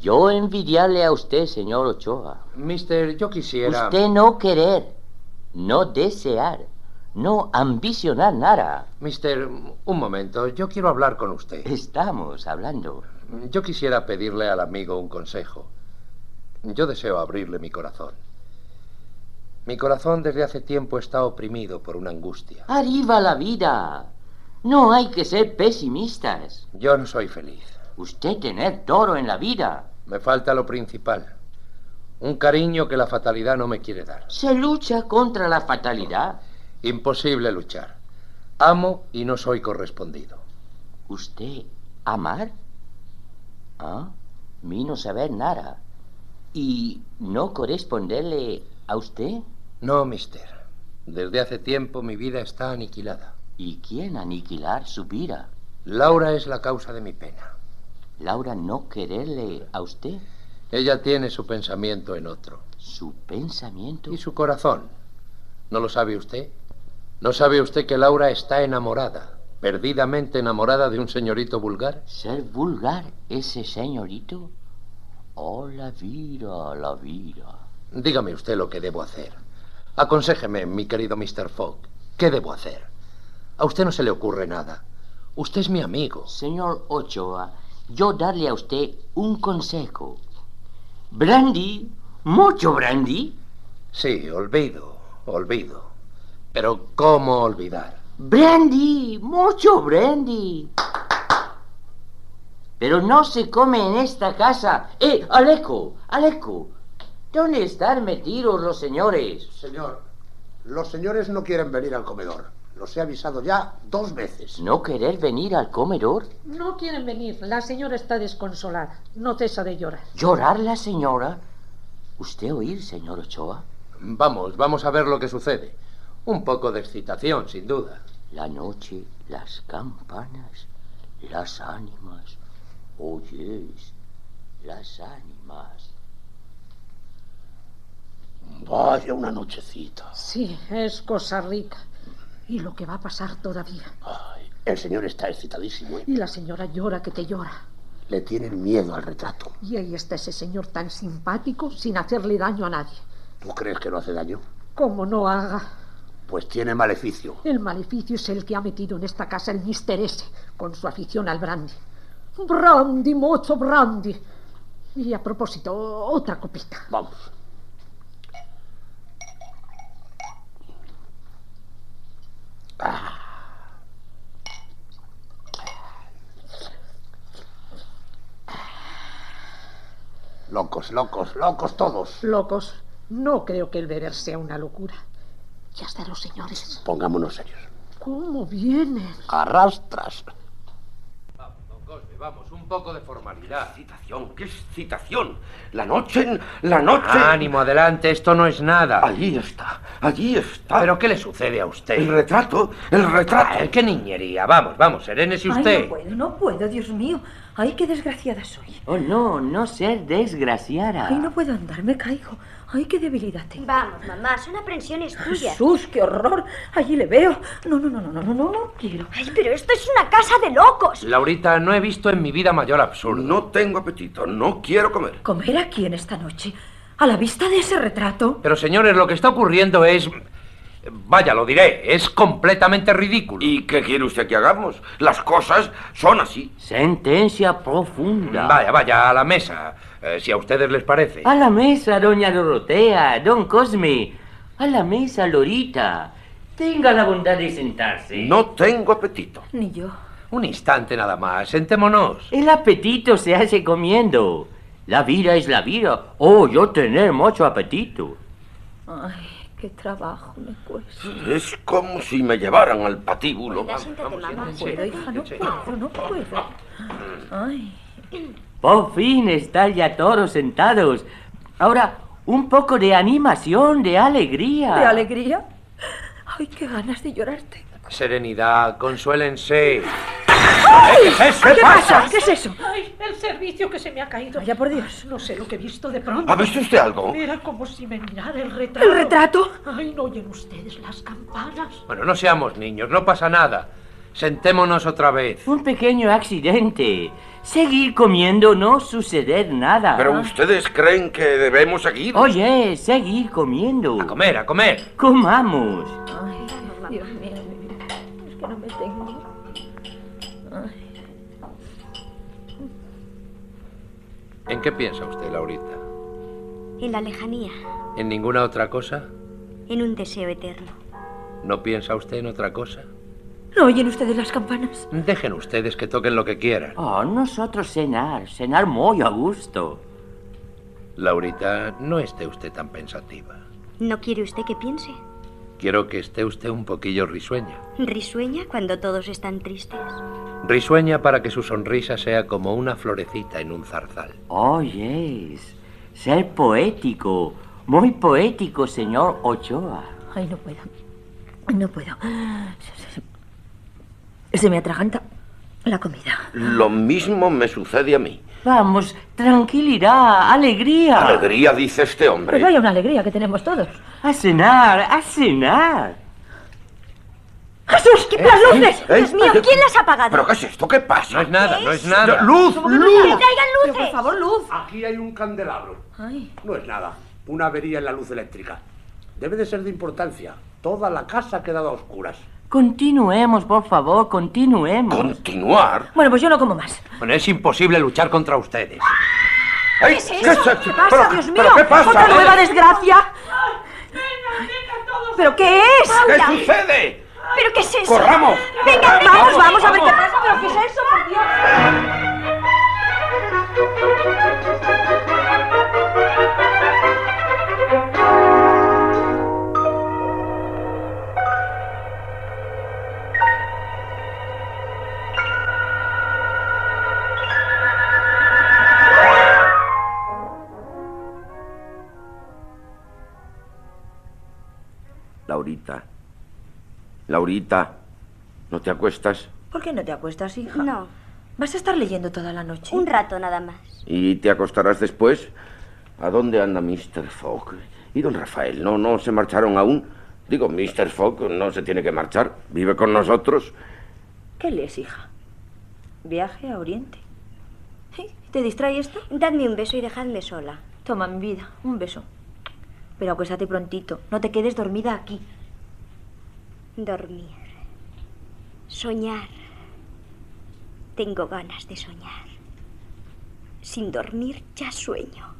Speaker 14: Yo envidiarle a usted, señor Ochoa.
Speaker 13: Mister, yo quisiera...
Speaker 14: Usted no querer, no desear no ambicionar nada.
Speaker 13: Mister, un momento, yo quiero hablar con usted.
Speaker 14: Estamos hablando.
Speaker 13: Yo quisiera pedirle al amigo un consejo. Yo deseo abrirle mi corazón. Mi corazón desde hace tiempo está oprimido por una angustia.
Speaker 14: ¡Arriba la vida! No hay que ser pesimistas.
Speaker 13: Yo no soy feliz.
Speaker 14: Usted tener toro en la vida.
Speaker 13: Me falta lo principal. Un cariño que la fatalidad no me quiere dar.
Speaker 14: Se lucha contra la fatalidad.
Speaker 13: Imposible luchar. Amo y no soy correspondido.
Speaker 14: ¿Usted amar? ¿Ah? Mí no saber nada. ¿Y no corresponderle a usted?
Speaker 13: No, mister. Desde hace tiempo mi vida está aniquilada.
Speaker 14: ¿Y quién aniquilar su vida?
Speaker 13: Laura es la causa de mi pena.
Speaker 14: ¿Laura no quererle a usted?
Speaker 13: Ella tiene su pensamiento en otro.
Speaker 14: ¿Su pensamiento?
Speaker 13: Y su corazón. ¿No lo sabe usted? ¿No sabe usted que Laura está enamorada, perdidamente enamorada de un señorito vulgar?
Speaker 14: ¿Ser vulgar ese señorito? Oh, la vida, la vida.
Speaker 13: Dígame usted lo que debo hacer. Aconséjeme, mi querido Mr. Fogg, ¿qué debo hacer? A usted no se le ocurre nada. Usted es mi amigo.
Speaker 14: Señor Ochoa, yo darle a usted un consejo. ¿Brandy? ¿Mucho brandy?
Speaker 13: Sí, olvido, olvido. Pero ¿cómo olvidar?
Speaker 14: Brandy, mucho brandy. Pero no se come en esta casa. ¡Eh, Aleco, Aleco! ¿Dónde están metidos los señores?
Speaker 15: Señor, los señores no quieren venir al comedor. Los he avisado ya dos veces.
Speaker 14: ¿No querer venir al comedor?
Speaker 12: No quieren venir. La señora está desconsolada. No cesa de llorar.
Speaker 14: ¿Llorar la señora? ¿Usted oír, señor Ochoa?
Speaker 13: Vamos, vamos a ver lo que sucede. Un poco de excitación, sin duda.
Speaker 14: La noche, las campanas, las ánimas. Oyes, las ánimas.
Speaker 15: Vaya una nochecita.
Speaker 12: Sí, es cosa rica. Y lo que va a pasar todavía.
Speaker 15: Ay, el señor está excitadísimo. ¿eh?
Speaker 12: Y la señora llora que te llora.
Speaker 15: Le tienen miedo al retrato.
Speaker 12: Y ahí está ese señor tan simpático sin hacerle daño a nadie.
Speaker 15: ¿Tú crees que no hace daño?
Speaker 12: Como no haga.
Speaker 15: Pues tiene maleficio.
Speaker 12: El maleficio es el que ha metido en esta casa el mister S, con su afición al brandy. Brandy, mucho brandy. Y a propósito, otra copita.
Speaker 15: Vamos. Ah. Locos, locos, locos todos.
Speaker 12: Locos. No creo que el beber sea una locura. Ya están los señores.
Speaker 15: Pongámonos serios.
Speaker 12: ¿Cómo vienen?
Speaker 15: Arrastras.
Speaker 13: Vamos, don Cosme, vamos, un poco de formalidad.
Speaker 17: excitación, qué excitación. La noche, en- la noche.
Speaker 13: Ánimo, adelante, esto no es nada. Allí
Speaker 17: está, allí está.
Speaker 13: ¿Pero qué le sucede a usted?
Speaker 17: El retrato, el retrato.
Speaker 13: Ay, qué niñería, vamos, vamos, serénese
Speaker 9: Ay, no
Speaker 13: usted.
Speaker 9: puedo, no puedo, Dios mío. Ay, qué desgraciada soy.
Speaker 14: Oh, no, no ser desgraciada.
Speaker 9: Ay, no puedo andar, me caigo. Ay, qué debilidad tengo.
Speaker 10: Vamos, mamá, son aprensiones tuyas.
Speaker 9: Jesús, qué horror. Allí le veo. No, no, no, no, no, no, no, no quiero.
Speaker 10: Ay, pero esto es una casa de locos.
Speaker 13: Laurita, no he visto en mi vida mayor absurdo.
Speaker 11: No tengo apetito, no quiero comer.
Speaker 9: ¿Comer aquí en esta noche? ¿A la vista de ese retrato?
Speaker 13: Pero señores, lo que está ocurriendo es... Vaya, lo diré, es completamente ridículo.
Speaker 11: ¿Y qué quiere usted que hagamos? Las cosas son así.
Speaker 14: Sentencia profunda.
Speaker 13: Vaya, vaya, a la mesa, eh, si a ustedes les parece.
Speaker 14: A la mesa, doña Dorotea, don Cosme. A la mesa, Lorita. Tenga la bondad de sentarse.
Speaker 11: No tengo apetito.
Speaker 9: Ni yo.
Speaker 13: Un instante nada más, sentémonos.
Speaker 14: El apetito se hace comiendo. La vida es la vida. Oh, yo tener mucho apetito.
Speaker 9: Ay, qué trabajo me cuesta.
Speaker 11: Es como si me llevaran al patíbulo.
Speaker 9: No puedo, hija, no puedo, no puedo. Ay.
Speaker 14: Por fin están ya todos sentados. Ahora, un poco de animación, de alegría.
Speaker 9: ¿De alegría? Ay, qué ganas de llorarte.
Speaker 13: Serenidad, consuélense. ¿Qué es eso?
Speaker 9: ¿Qué pasa? ¿Qué es eso?
Speaker 12: Ay, el servicio que se me ha caído. Ah,
Speaker 9: Vaya por Dios.
Speaker 12: No sé lo que he visto de pronto.
Speaker 11: ¿Ha visto usted algo?
Speaker 12: Era como si me mirara el retrato.
Speaker 9: ¿El retrato?
Speaker 12: Ay, no oyen ustedes las campanas.
Speaker 13: Bueno, no seamos niños, no pasa nada. Sentémonos otra vez.
Speaker 14: Un pequeño accidente. Seguir comiendo no suceder nada.
Speaker 11: Pero ustedes creen que debemos seguir.
Speaker 14: Oye, seguir comiendo. A
Speaker 13: comer, a comer.
Speaker 14: Comamos.
Speaker 9: Ay, Dios mío, es que no me tengo. Ay.
Speaker 13: ¿En qué piensa usted, Laurita?
Speaker 10: En la lejanía,
Speaker 13: ¿En ninguna otra cosa?
Speaker 10: en un deseo eterno.
Speaker 13: ¿No piensa usted en otra cosa?
Speaker 9: ¿No oyen ustedes las campanas?
Speaker 13: Dejen ustedes que toquen lo que quieran.
Speaker 14: Oh, nosotros cenar, cenar muy a gusto.
Speaker 13: Laurita, no esté usted tan pensativa.
Speaker 10: ¿No quiere usted que piense?
Speaker 13: Quiero que esté usted un poquillo risueña.
Speaker 10: Risueña cuando todos están tristes.
Speaker 13: Risueña para que su sonrisa sea como una florecita en un zarzal.
Speaker 14: Oye, ser poético. Muy poético, señor Ochoa.
Speaker 9: Ay, no puedo. No puedo. Se, se- se me atraganta la comida.
Speaker 11: Lo mismo me sucede a mí.
Speaker 14: Vamos, tranquilidad, alegría.
Speaker 11: Alegría, dice este
Speaker 9: Pues
Speaker 11: hombre.
Speaker 9: vaya una alegría que tenemos todos.
Speaker 14: A cenar, a cenar.
Speaker 9: ¡Jesús! ¡Las luces!
Speaker 11: ¿Eh?
Speaker 10: Dios mío, ¿quién las ha apagado?
Speaker 11: ¿Pero qué es esto? ¿Qué pasa?
Speaker 13: No es nada, no es nada.
Speaker 11: ¡Luz! ¡Luz!
Speaker 10: traigan
Speaker 9: Pero por favor, luz.
Speaker 15: Aquí hay un candelabro.
Speaker 9: Ay,
Speaker 15: No es nada. Una avería en la luz eléctrica. Debe de ser de importancia. Toda la casa ha quedado a oscuras.
Speaker 14: Continuemos, por favor, continuemos.
Speaker 11: Continuar.
Speaker 9: Bueno, pues yo no como más.
Speaker 13: Bueno, es imposible luchar contra ustedes.
Speaker 11: ¿Qué
Speaker 9: es eso?
Speaker 11: esto?
Speaker 9: ¿Qué pasa,
Speaker 11: Pero-
Speaker 9: Dios mío?
Speaker 11: ¿Pero qué pasa?
Speaker 9: ¿Otra nueva desgracia? ¿Pero qué es?
Speaker 11: ¿Qué sucede?
Speaker 10: ¿Pero qué es eso?
Speaker 11: ¡Corramos!
Speaker 10: Venga,
Speaker 11: ¡Corramos!
Speaker 9: Vamos, vamos a ver qué
Speaker 11: ¡Vamos!
Speaker 9: pasa. ¿Pero qué es eso, por Dios?
Speaker 11: Laurita. Laurita. ¿No te acuestas?
Speaker 9: ¿Por qué no te acuestas, hija?
Speaker 10: No,
Speaker 9: ¿Vas a estar leyendo toda la noche?
Speaker 10: un rato nada más.
Speaker 11: ¿Y te acostarás después? ¿A dónde anda Mr. Fogg? ¿Y don Rafael? ¿No, no se marcharon aún? Digo, Mr. Fogg no se tiene que marchar. Vive con nosotros.
Speaker 9: ¿Qué lees, hija? Viaje a Oriente. ¿Eh? ¿Te distrae esto?
Speaker 10: Dadme un beso y dejadme sola.
Speaker 9: Toma, mi vida, un beso. Pero acuéstate prontito, no te quedes dormida aquí.
Speaker 10: Dormir. Soñar. Tengo ganas de soñar. Sin dormir ya sueño.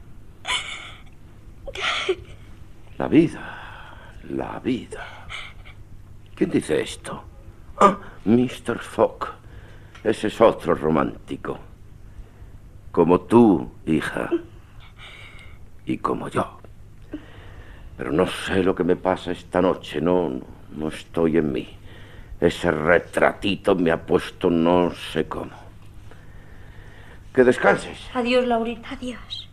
Speaker 11: La vida. La vida. ¿Quién dice esto? Ah, Mr. Fogg. Ese es otro romántico. Como tú, hija. Y como yo. Pero no sé lo que me pasa esta noche. No, no, no estoy en mí. Ese retratito me ha puesto no sé cómo. Que descanses.
Speaker 10: Adiós, Laurita. Adiós.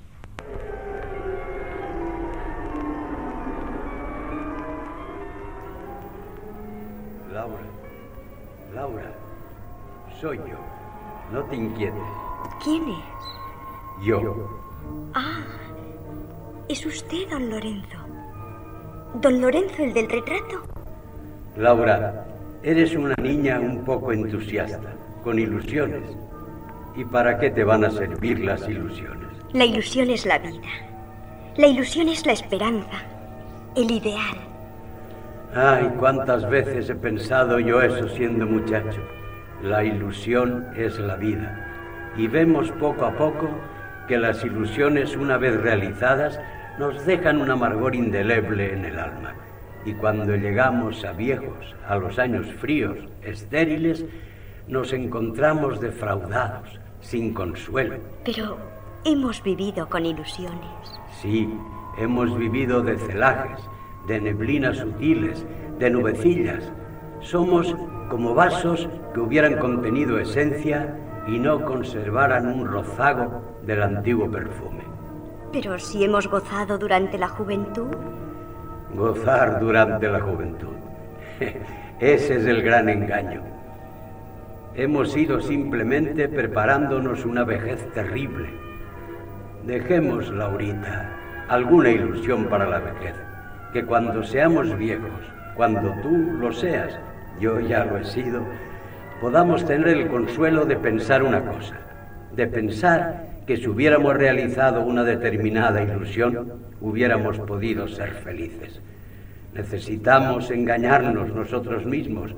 Speaker 16: Laura, Laura, soy yo. No te inquietes.
Speaker 10: ¿Quién es?
Speaker 16: Yo.
Speaker 10: Ah, es usted, don Lorenzo. Don Lorenzo, el del retrato.
Speaker 16: Laura, eres una niña un poco entusiasta, con ilusiones. ¿Y para qué te van a servir las ilusiones?
Speaker 10: La ilusión es la vida. La ilusión es la esperanza. El ideal.
Speaker 16: Ay, cuántas veces he pensado yo eso siendo muchacho. La ilusión es la vida. Y vemos poco a poco que las ilusiones, una vez realizadas, nos dejan un amargor indeleble en el alma. Y cuando llegamos a viejos, a los años fríos, estériles, nos encontramos defraudados, sin consuelo.
Speaker 10: Pero hemos vivido con ilusiones.
Speaker 16: Sí, hemos vivido de celajes, de neblinas sutiles, de nubecillas. Somos como vasos que hubieran contenido esencia y no conservaran un rozago del antiguo perfume.
Speaker 10: Pero si hemos gozado durante la juventud.
Speaker 16: Gozar durante la juventud. (laughs) Ese es el gran engaño. Hemos ido simplemente preparándonos una vejez terrible. Dejemos, Laurita, alguna ilusión para la vejez que cuando seamos viejos, cuando tú lo seas, yo ya lo he sido, podamos tener el consuelo de pensar una cosa, de pensar que si hubiéramos realizado una determinada ilusión, hubiéramos podido ser felices. Necesitamos engañarnos nosotros mismos.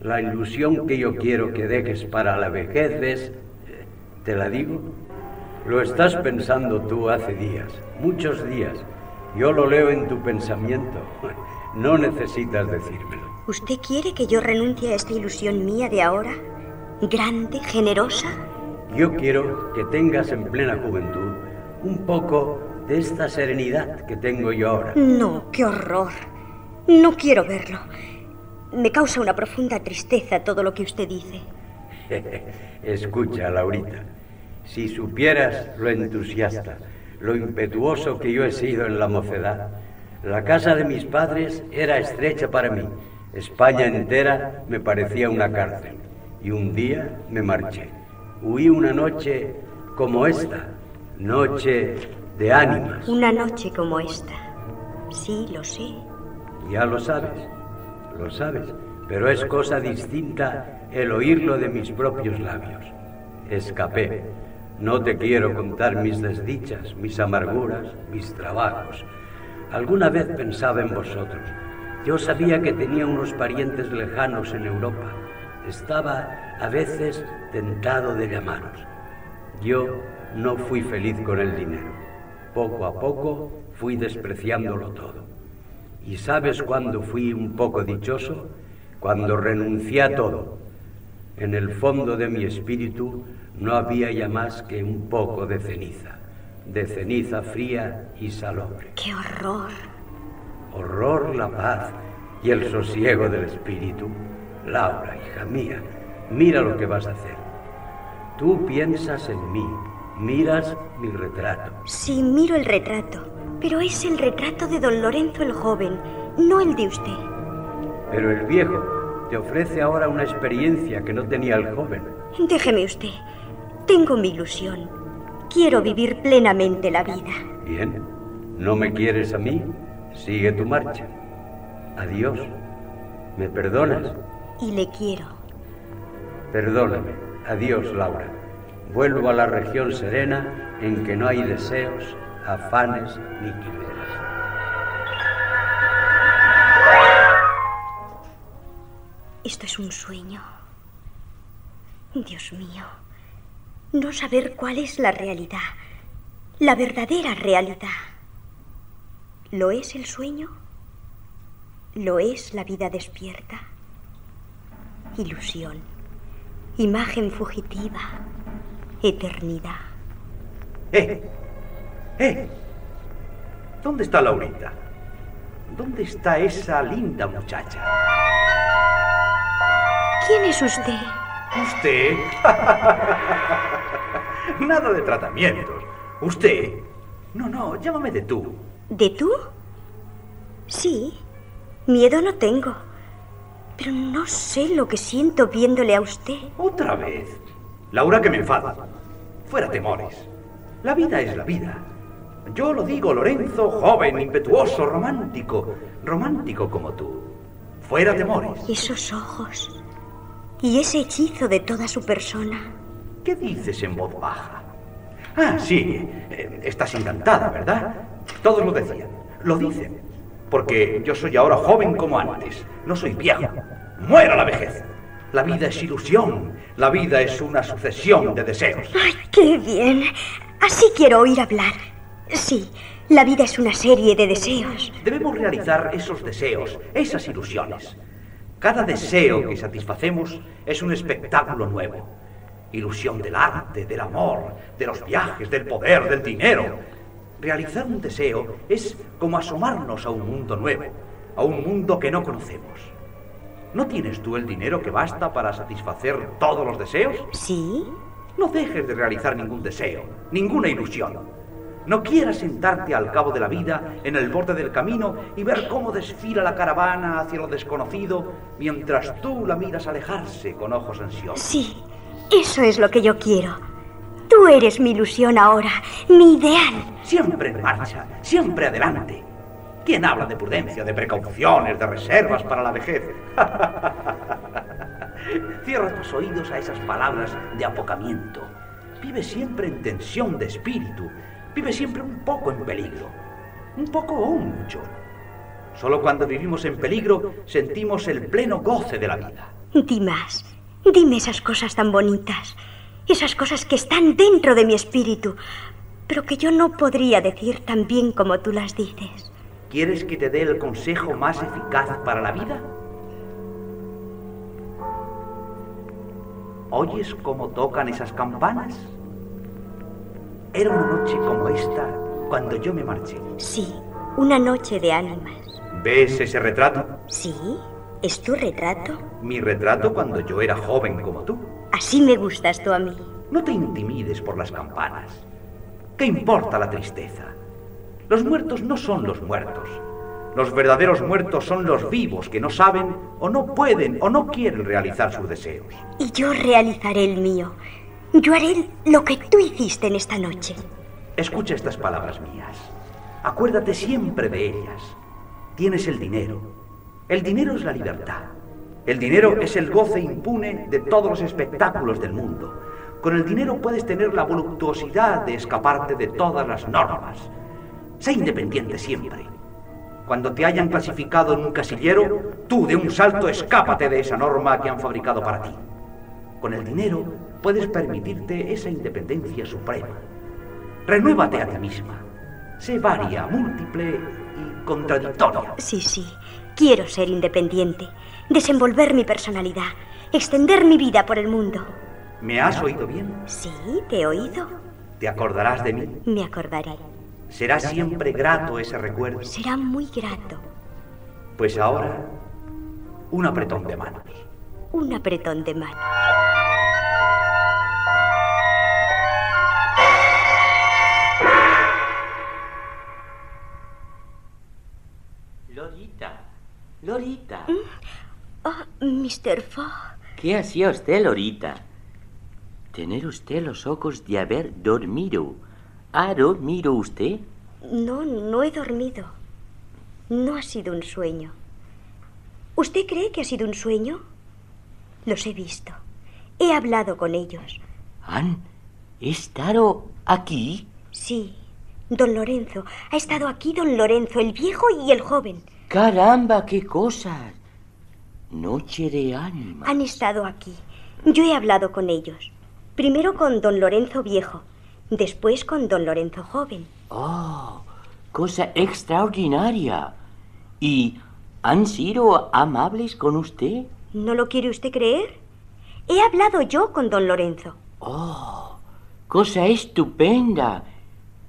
Speaker 16: La ilusión que yo quiero que dejes para la vejez es, te la digo, lo estás pensando tú hace días, muchos días. Yo lo leo en tu pensamiento. (laughs) No necesitas decírmelo.
Speaker 10: ¿Usted quiere que yo renuncie a esta ilusión mía de ahora? ¿Grande, generosa?
Speaker 16: Yo quiero que tengas en plena juventud un poco de esta serenidad que tengo yo ahora.
Speaker 10: No, qué horror. No quiero verlo. Me causa una profunda tristeza todo lo que usted dice.
Speaker 16: (laughs) Escucha, Laurita. Si supieras lo entusiasta lo impetuoso que yo he sido en la mocedad. La casa de mis padres era estrecha para mí. España entera me parecía una cárcel. Y un día me marché. Huí una noche como esta, noche de ánimas.
Speaker 10: Una noche como esta. Sí, lo sé.
Speaker 16: Ya lo sabes, lo sabes. Pero es cosa distinta el oírlo de mis propios labios. Escapé. No te quiero contar mis desdichas, mis amarguras, mis trabajos. Alguna vez pensaba en vosotros. Yo sabía que tenía unos parientes lejanos en Europa. Estaba a veces tentado de llamaros. Yo no fui feliz con el dinero. Poco a poco fui despreciándolo todo. ¿Y sabes cuándo fui un poco dichoso? Cuando renuncié a todo. En el fondo de mi espíritu no había ya más que un poco de ceniza, de ceniza fría y salobre.
Speaker 10: ¡Qué horror!
Speaker 16: Horror la paz y el sosiego del espíritu. Laura, hija mía, mira lo que vas a hacer. Tú piensas en mí, miras mi retrato.
Speaker 10: Sí, miro el retrato, pero es el retrato de don Lorenzo el joven, no el de usted.
Speaker 16: Pero el viejo te ofrece ahora una experiencia que no tenía el joven.
Speaker 10: Déjeme usted. Tengo mi ilusión. Quiero vivir plenamente la vida.
Speaker 16: Bien. ¿No me quieres a mí? Sigue tu marcha. Adiós. ¿Me perdonas?
Speaker 10: Y le quiero.
Speaker 16: Perdóname. Adiós, Laura. Vuelvo a la región serena en que no hay deseos, afanes ni quimeras.
Speaker 10: Esto es un sueño. Dios mío no saber cuál es la realidad, la verdadera realidad. ¿Lo es el sueño? ¿Lo es la vida despierta? Ilusión, imagen fugitiva, eternidad.
Speaker 16: ¡Eh! ¡Eh! ¿Dónde está Laurita? ¿Dónde está esa linda muchacha?
Speaker 10: ¿Quién es usted?
Speaker 16: ¿Usted?
Speaker 18: (laughs) Nada de tratamientos. Usted. No, no, llámame de tú.
Speaker 10: ¿De tú? Sí. Miedo no tengo. Pero no sé lo que siento viéndole a usted.
Speaker 18: Otra vez. Laura que me enfada. Fuera temores. La vida es la vida. Yo lo digo, Lorenzo, joven, impetuoso, romántico. Romántico como tú. Fuera temores.
Speaker 10: Esos ojos. Y ese hechizo de toda su persona.
Speaker 18: ¿Qué dices en voz baja? Ah, sí. eh, Estás encantada, ¿verdad? Todos lo decían. Lo dicen. Porque yo soy ahora joven como antes. No soy viejo. Muera la vejez. La vida es ilusión. La vida es una sucesión de deseos.
Speaker 10: ¡Ay, qué bien! Así quiero oír hablar. Sí, la vida es una serie de deseos.
Speaker 18: Debemos realizar esos deseos, esas ilusiones. Cada deseo que satisfacemos es un espectáculo nuevo. Ilusión del arte, del amor, de los viajes, del poder, del dinero. Realizar un deseo es como asomarnos a un mundo nuevo, a un mundo que no conocemos. ¿No tienes tú el dinero que basta para satisfacer todos los deseos?
Speaker 10: Sí.
Speaker 18: No dejes de realizar ningún deseo, ninguna ilusión. No quieras sentarte al cabo de la vida en el borde del camino y ver cómo desfila la caravana hacia lo desconocido mientras tú la miras alejarse con ojos ansiosos.
Speaker 10: Sí, eso es lo que yo quiero. Tú eres mi ilusión ahora, mi ideal.
Speaker 18: Siempre en marcha, siempre adelante. ¿Quién habla de prudencia, de precauciones, de reservas para la vejez? (laughs) Cierra tus oídos a esas palabras de apocamiento. Vive siempre en tensión de espíritu. Vive siempre un poco en peligro. Un poco o un mucho. Solo cuando vivimos en peligro sentimos el pleno goce de la vida.
Speaker 10: Di más. Dime esas cosas tan bonitas. Esas cosas que están dentro de mi espíritu, pero que yo no podría decir tan bien como tú las dices.
Speaker 18: ¿Quieres que te dé el consejo más eficaz para la vida? ¿Oyes cómo tocan esas campanas? Era una noche como esta cuando yo me marché.
Speaker 10: Sí, una noche de ánimas.
Speaker 18: ¿Ves ese retrato?
Speaker 10: Sí, es tu retrato.
Speaker 18: Mi retrato cuando yo era joven como tú.
Speaker 10: Así me gustas tú a mí.
Speaker 18: No te intimides por las campanas. ¿Qué importa la tristeza? Los muertos no son los muertos. Los verdaderos muertos son los vivos que no saben o no pueden o no quieren realizar sus deseos.
Speaker 10: Y yo realizaré el mío. Yo haré lo que tú hiciste en esta noche.
Speaker 18: Escucha estas palabras mías. Acuérdate siempre de ellas. Tienes el dinero. El dinero es la libertad. El dinero es el goce impune de todos los espectáculos del mundo. Con el dinero puedes tener la voluptuosidad de escaparte de todas las normas. Sé independiente siempre. Cuando te hayan clasificado en un casillero, tú de un salto escápate de esa norma que han fabricado para ti. Con el dinero puedes permitirte esa independencia suprema. Renuévate a ti misma. Sé varia, múltiple y contradictoria.
Speaker 10: Sí, sí, quiero ser independiente, desenvolver mi personalidad, extender mi vida por el mundo.
Speaker 18: ¿Me has oído bien?
Speaker 10: Sí, te he oído.
Speaker 18: ¿Te acordarás de mí?
Speaker 10: Me acordaré.
Speaker 18: Será siempre grato ese recuerdo.
Speaker 10: Será muy grato.
Speaker 18: Pues ahora, un apretón de manos.
Speaker 10: Un apretón de mano.
Speaker 14: Lorita, Lorita.
Speaker 10: Oh, Mr. Fogg.
Speaker 14: ¿Qué hacía usted, Lorita? Tener usted los ojos de haber dormido. ¿Ha dormido usted?
Speaker 10: No, no he dormido. No ha sido un sueño. ¿Usted cree que ha sido un sueño? Los he visto. He hablado con ellos.
Speaker 14: ¿Han estado aquí?
Speaker 10: Sí, don Lorenzo. Ha estado aquí don Lorenzo, el viejo y el joven.
Speaker 14: ¡Caramba, qué cosas! Noche de ánima.
Speaker 10: Han estado aquí. Yo he hablado con ellos. Primero con don Lorenzo viejo, después con don Lorenzo joven.
Speaker 14: ¡Oh! Cosa extraordinaria. ¿Y han sido amables con usted?
Speaker 10: ¿No lo quiere usted creer? He hablado yo con don Lorenzo.
Speaker 14: ¡Oh! Cosa estupenda.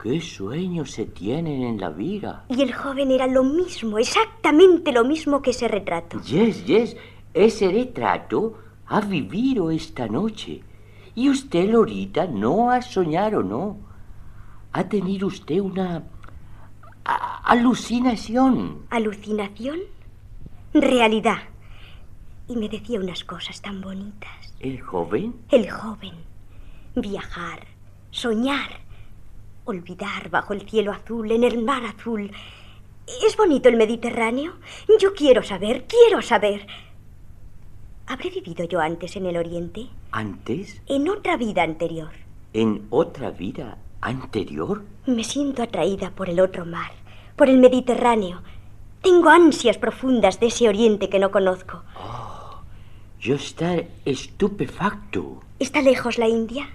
Speaker 14: ¿Qué sueños se tienen en la vida?
Speaker 10: Y el joven era lo mismo, exactamente lo mismo que ese retrato.
Speaker 14: Yes, yes. Ese retrato ha vivido esta noche. Y usted, Lorita, no ha soñado, ¿no? Ha tenido usted una a- alucinación.
Speaker 10: ¿Alucinación? Realidad. Y me decía unas cosas tan bonitas.
Speaker 14: ¿El joven?
Speaker 10: El joven. Viajar, soñar, olvidar bajo el cielo azul, en el mar azul. ¿Es bonito el Mediterráneo? Yo quiero saber, quiero saber. ¿Habré vivido yo antes en el Oriente?
Speaker 14: ¿Antes?
Speaker 10: En otra vida anterior.
Speaker 14: ¿En otra vida anterior?
Speaker 10: Me siento atraída por el otro mar, por el Mediterráneo. Tengo ansias profundas de ese Oriente que no conozco.
Speaker 14: Yo estar estupefacto.
Speaker 10: ¿Está lejos la India?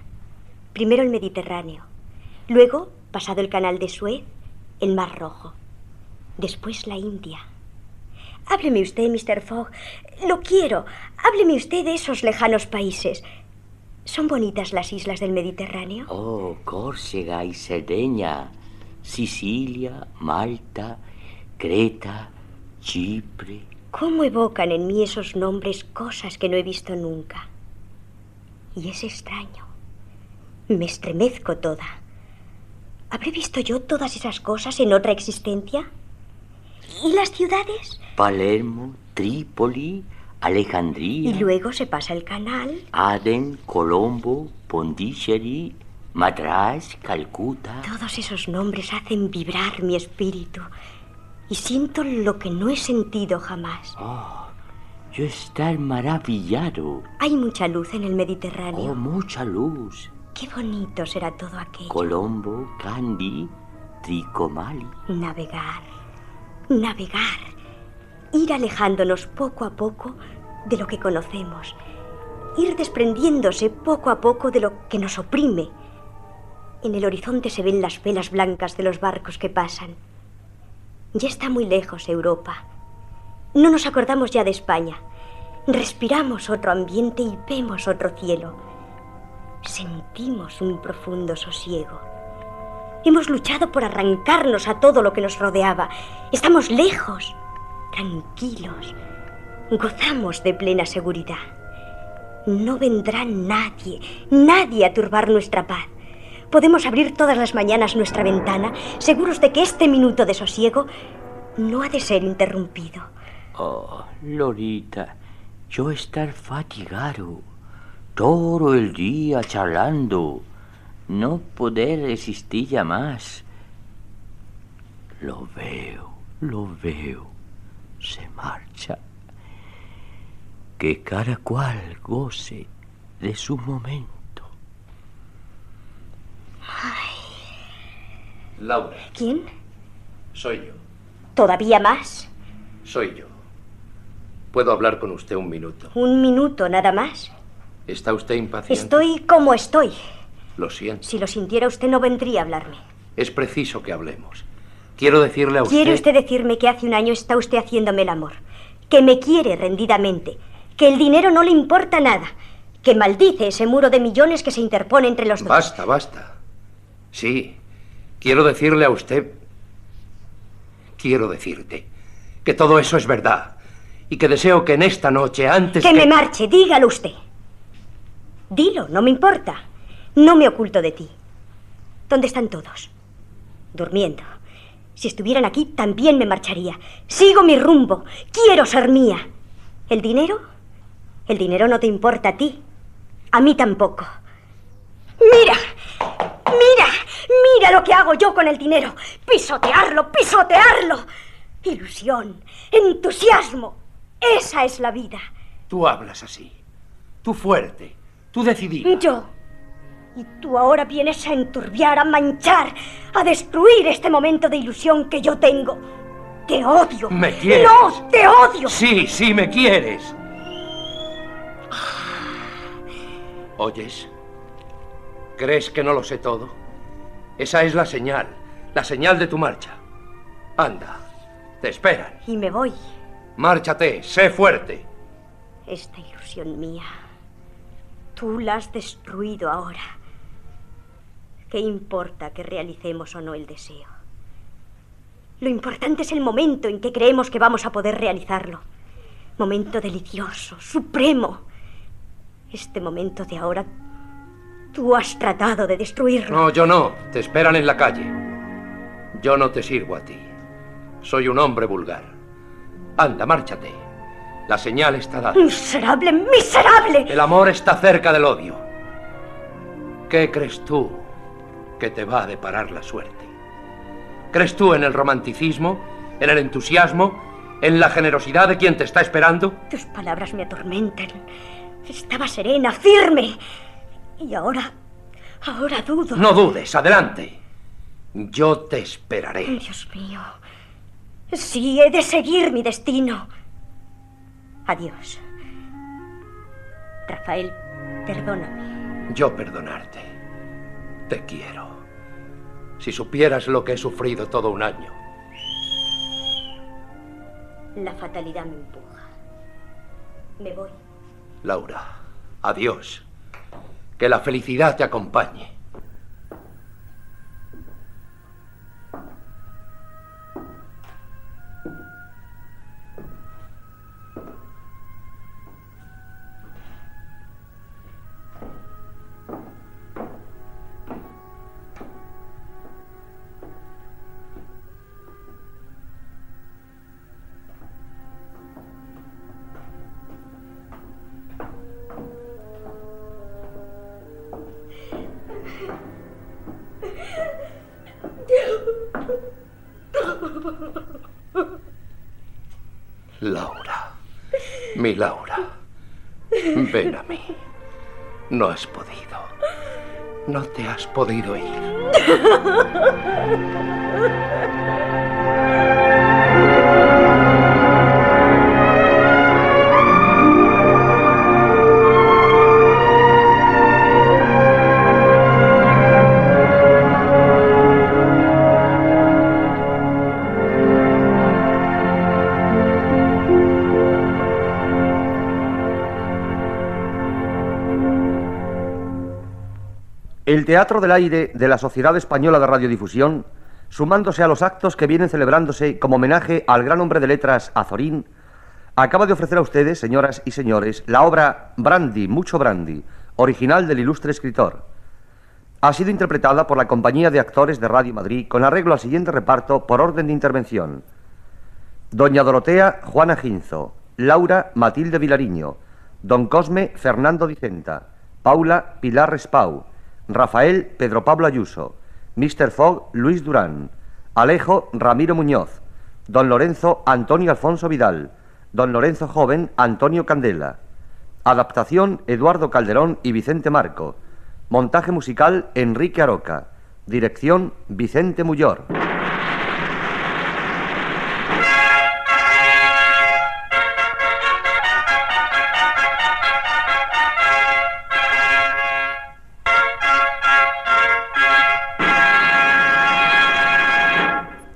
Speaker 10: Primero el Mediterráneo, luego, pasado el canal de Suez, el Mar Rojo, después la India. Hábleme usted, Mr. Fogg, lo quiero. Hábleme usted de esos lejanos países. ¿Son bonitas las islas del Mediterráneo?
Speaker 14: Oh, Córcega y Cerdeña, Sicilia, Malta, Creta, Chipre.
Speaker 10: ¿Cómo evocan en mí esos nombres cosas que no he visto nunca? Y es extraño. Me estremezco toda. ¿Habré visto yo todas esas cosas en otra existencia? ¿Y las ciudades?
Speaker 14: Palermo, Trípoli, Alejandría,
Speaker 10: Y luego se pasa el canal.
Speaker 14: Aden, Colombo, Pondicherry, Madras, Calcuta.
Speaker 10: Todos esos nombres hacen vibrar mi espíritu. Y siento lo que no he sentido jamás.
Speaker 14: Oh, yo estar maravillado.
Speaker 10: Hay mucha luz en el Mediterráneo.
Speaker 14: Oh, mucha luz.
Speaker 10: Qué bonito será todo aquello.
Speaker 14: Colombo, Candy, Tricomali.
Speaker 10: Navegar, navegar, ir alejándonos poco a poco de lo que conocemos, ir desprendiéndose poco a poco de lo que nos oprime. En el horizonte se ven las velas blancas de los barcos que pasan. Ya está muy lejos Europa. No nos acordamos ya de España. Respiramos otro ambiente y vemos otro cielo. Sentimos un profundo sosiego. Hemos luchado por arrancarnos a todo lo que nos rodeaba. Estamos lejos, tranquilos. Gozamos de plena seguridad. No vendrá nadie, nadie a turbar nuestra paz. Podemos abrir todas las mañanas nuestra ventana, seguros de que este minuto de sosiego no ha de ser interrumpido.
Speaker 14: Oh, Lorita, yo estar fatigado. Todo el día charlando. No poder resistir ya más. Lo veo, lo veo. Se marcha. Que cada cual goce de su momento.
Speaker 13: Laura,
Speaker 10: ¿Quién?
Speaker 13: soy yo,
Speaker 10: ¿Todavía más?
Speaker 13: soy yo. ¿Puedo hablar con usted un minuto?
Speaker 10: ¿Un minuto nada más?
Speaker 13: ¿Está usted impaciente?
Speaker 10: Estoy como estoy.
Speaker 13: Lo siento.
Speaker 10: Si lo sintiera usted no vendría a hablarme.
Speaker 13: Es preciso que hablemos. Quiero decirle a usted...
Speaker 10: ¿Quiere usted decirme que hace un año está usted haciéndome el amor? Que me quiere rendidamente. Que el dinero no le importa nada. Que maldice ese muro de millones que se interpone entre los dos.
Speaker 13: Basta, basta. Sí, quiero decirle a usted... Quiero decirte que todo eso es verdad y que deseo que en esta noche, antes
Speaker 10: que me marche, dígalo usted. Dilo, no me importa. No me oculto de ti. ¿Dónde están todos? Durmiendo. Si estuvieran aquí, también me marcharía. Sigo mi rumbo. Quiero ser mía. ¿El dinero? El dinero no te importa a ti. A mí tampoco. ¡Mira! ¡Mira! ¡Mira lo que hago yo con el dinero! ¡Pisotearlo! ¡Pisotearlo! Ilusión, entusiasmo. Esa es la vida.
Speaker 13: Tú hablas así. Tú fuerte. Tú decidida.
Speaker 10: Yo. Y tú ahora vienes a enturbiar, a manchar, a destruir este momento de ilusión que yo tengo. Te odio.
Speaker 13: ¿Me quieres?
Speaker 10: No, te odio.
Speaker 13: Sí, sí, me quieres. ¿Oyes? ¿Crees que no lo sé todo? Esa es la señal, la señal de tu marcha. Anda, te esperan.
Speaker 10: Y me voy.
Speaker 13: Márchate, sé fuerte.
Speaker 10: Esta ilusión mía. Tú la has destruido ahora. ¿Qué importa que realicemos o no el deseo? Lo importante es el momento en que creemos que vamos a poder realizarlo. Momento delicioso, supremo. Este momento de ahora Tú has tratado de destruirlo.
Speaker 13: No, yo no. Te esperan en la calle. Yo no te sirvo a ti. Soy un hombre vulgar. Anda, márchate. La señal está dada.
Speaker 10: ¡Miserable,
Speaker 9: (laughs)
Speaker 10: miserable!
Speaker 13: El amor está cerca del odio. ¿Qué crees tú que te va a deparar la suerte? ¿Crees tú en el romanticismo, en el entusiasmo, en la generosidad de quien te está esperando?
Speaker 10: Tus palabras me atormentan. Estaba serena, firme. Y ahora, ahora dudo.
Speaker 13: No dudes, adelante. Yo te esperaré.
Speaker 10: Dios mío. Sí, he de seguir mi destino. Adiós. Rafael, perdóname.
Speaker 13: Yo perdonarte. Te quiero. Si supieras lo que he sufrido todo un año.
Speaker 10: La fatalidad me empuja. Me voy.
Speaker 13: Laura, adiós. Que la felicidad te acompañe. Laura, mi Laura, ven a mí. No has podido. No te has podido ir.
Speaker 5: El Teatro del Aire de la Sociedad Española de Radiodifusión, sumándose a los actos que vienen celebrándose como homenaje al gran hombre de letras Azorín, acaba de ofrecer a ustedes, señoras y señores, la obra Brandy, mucho Brandy, original del ilustre escritor. Ha sido interpretada por la Compañía de Actores de Radio Madrid con arreglo al siguiente reparto por orden de intervención. Doña Dorotea Juana Ginzo, Laura Matilde Vilariño, Don Cosme Fernando Dicenta, Paula Pilar Respau, Rafael Pedro Pablo Ayuso, Mr. Fogg Luis Durán, Alejo Ramiro Muñoz, Don Lorenzo Antonio Alfonso Vidal, Don Lorenzo Joven Antonio Candela. Adaptación Eduardo Calderón y Vicente Marco. Montaje musical Enrique Aroca. Dirección Vicente Mullor.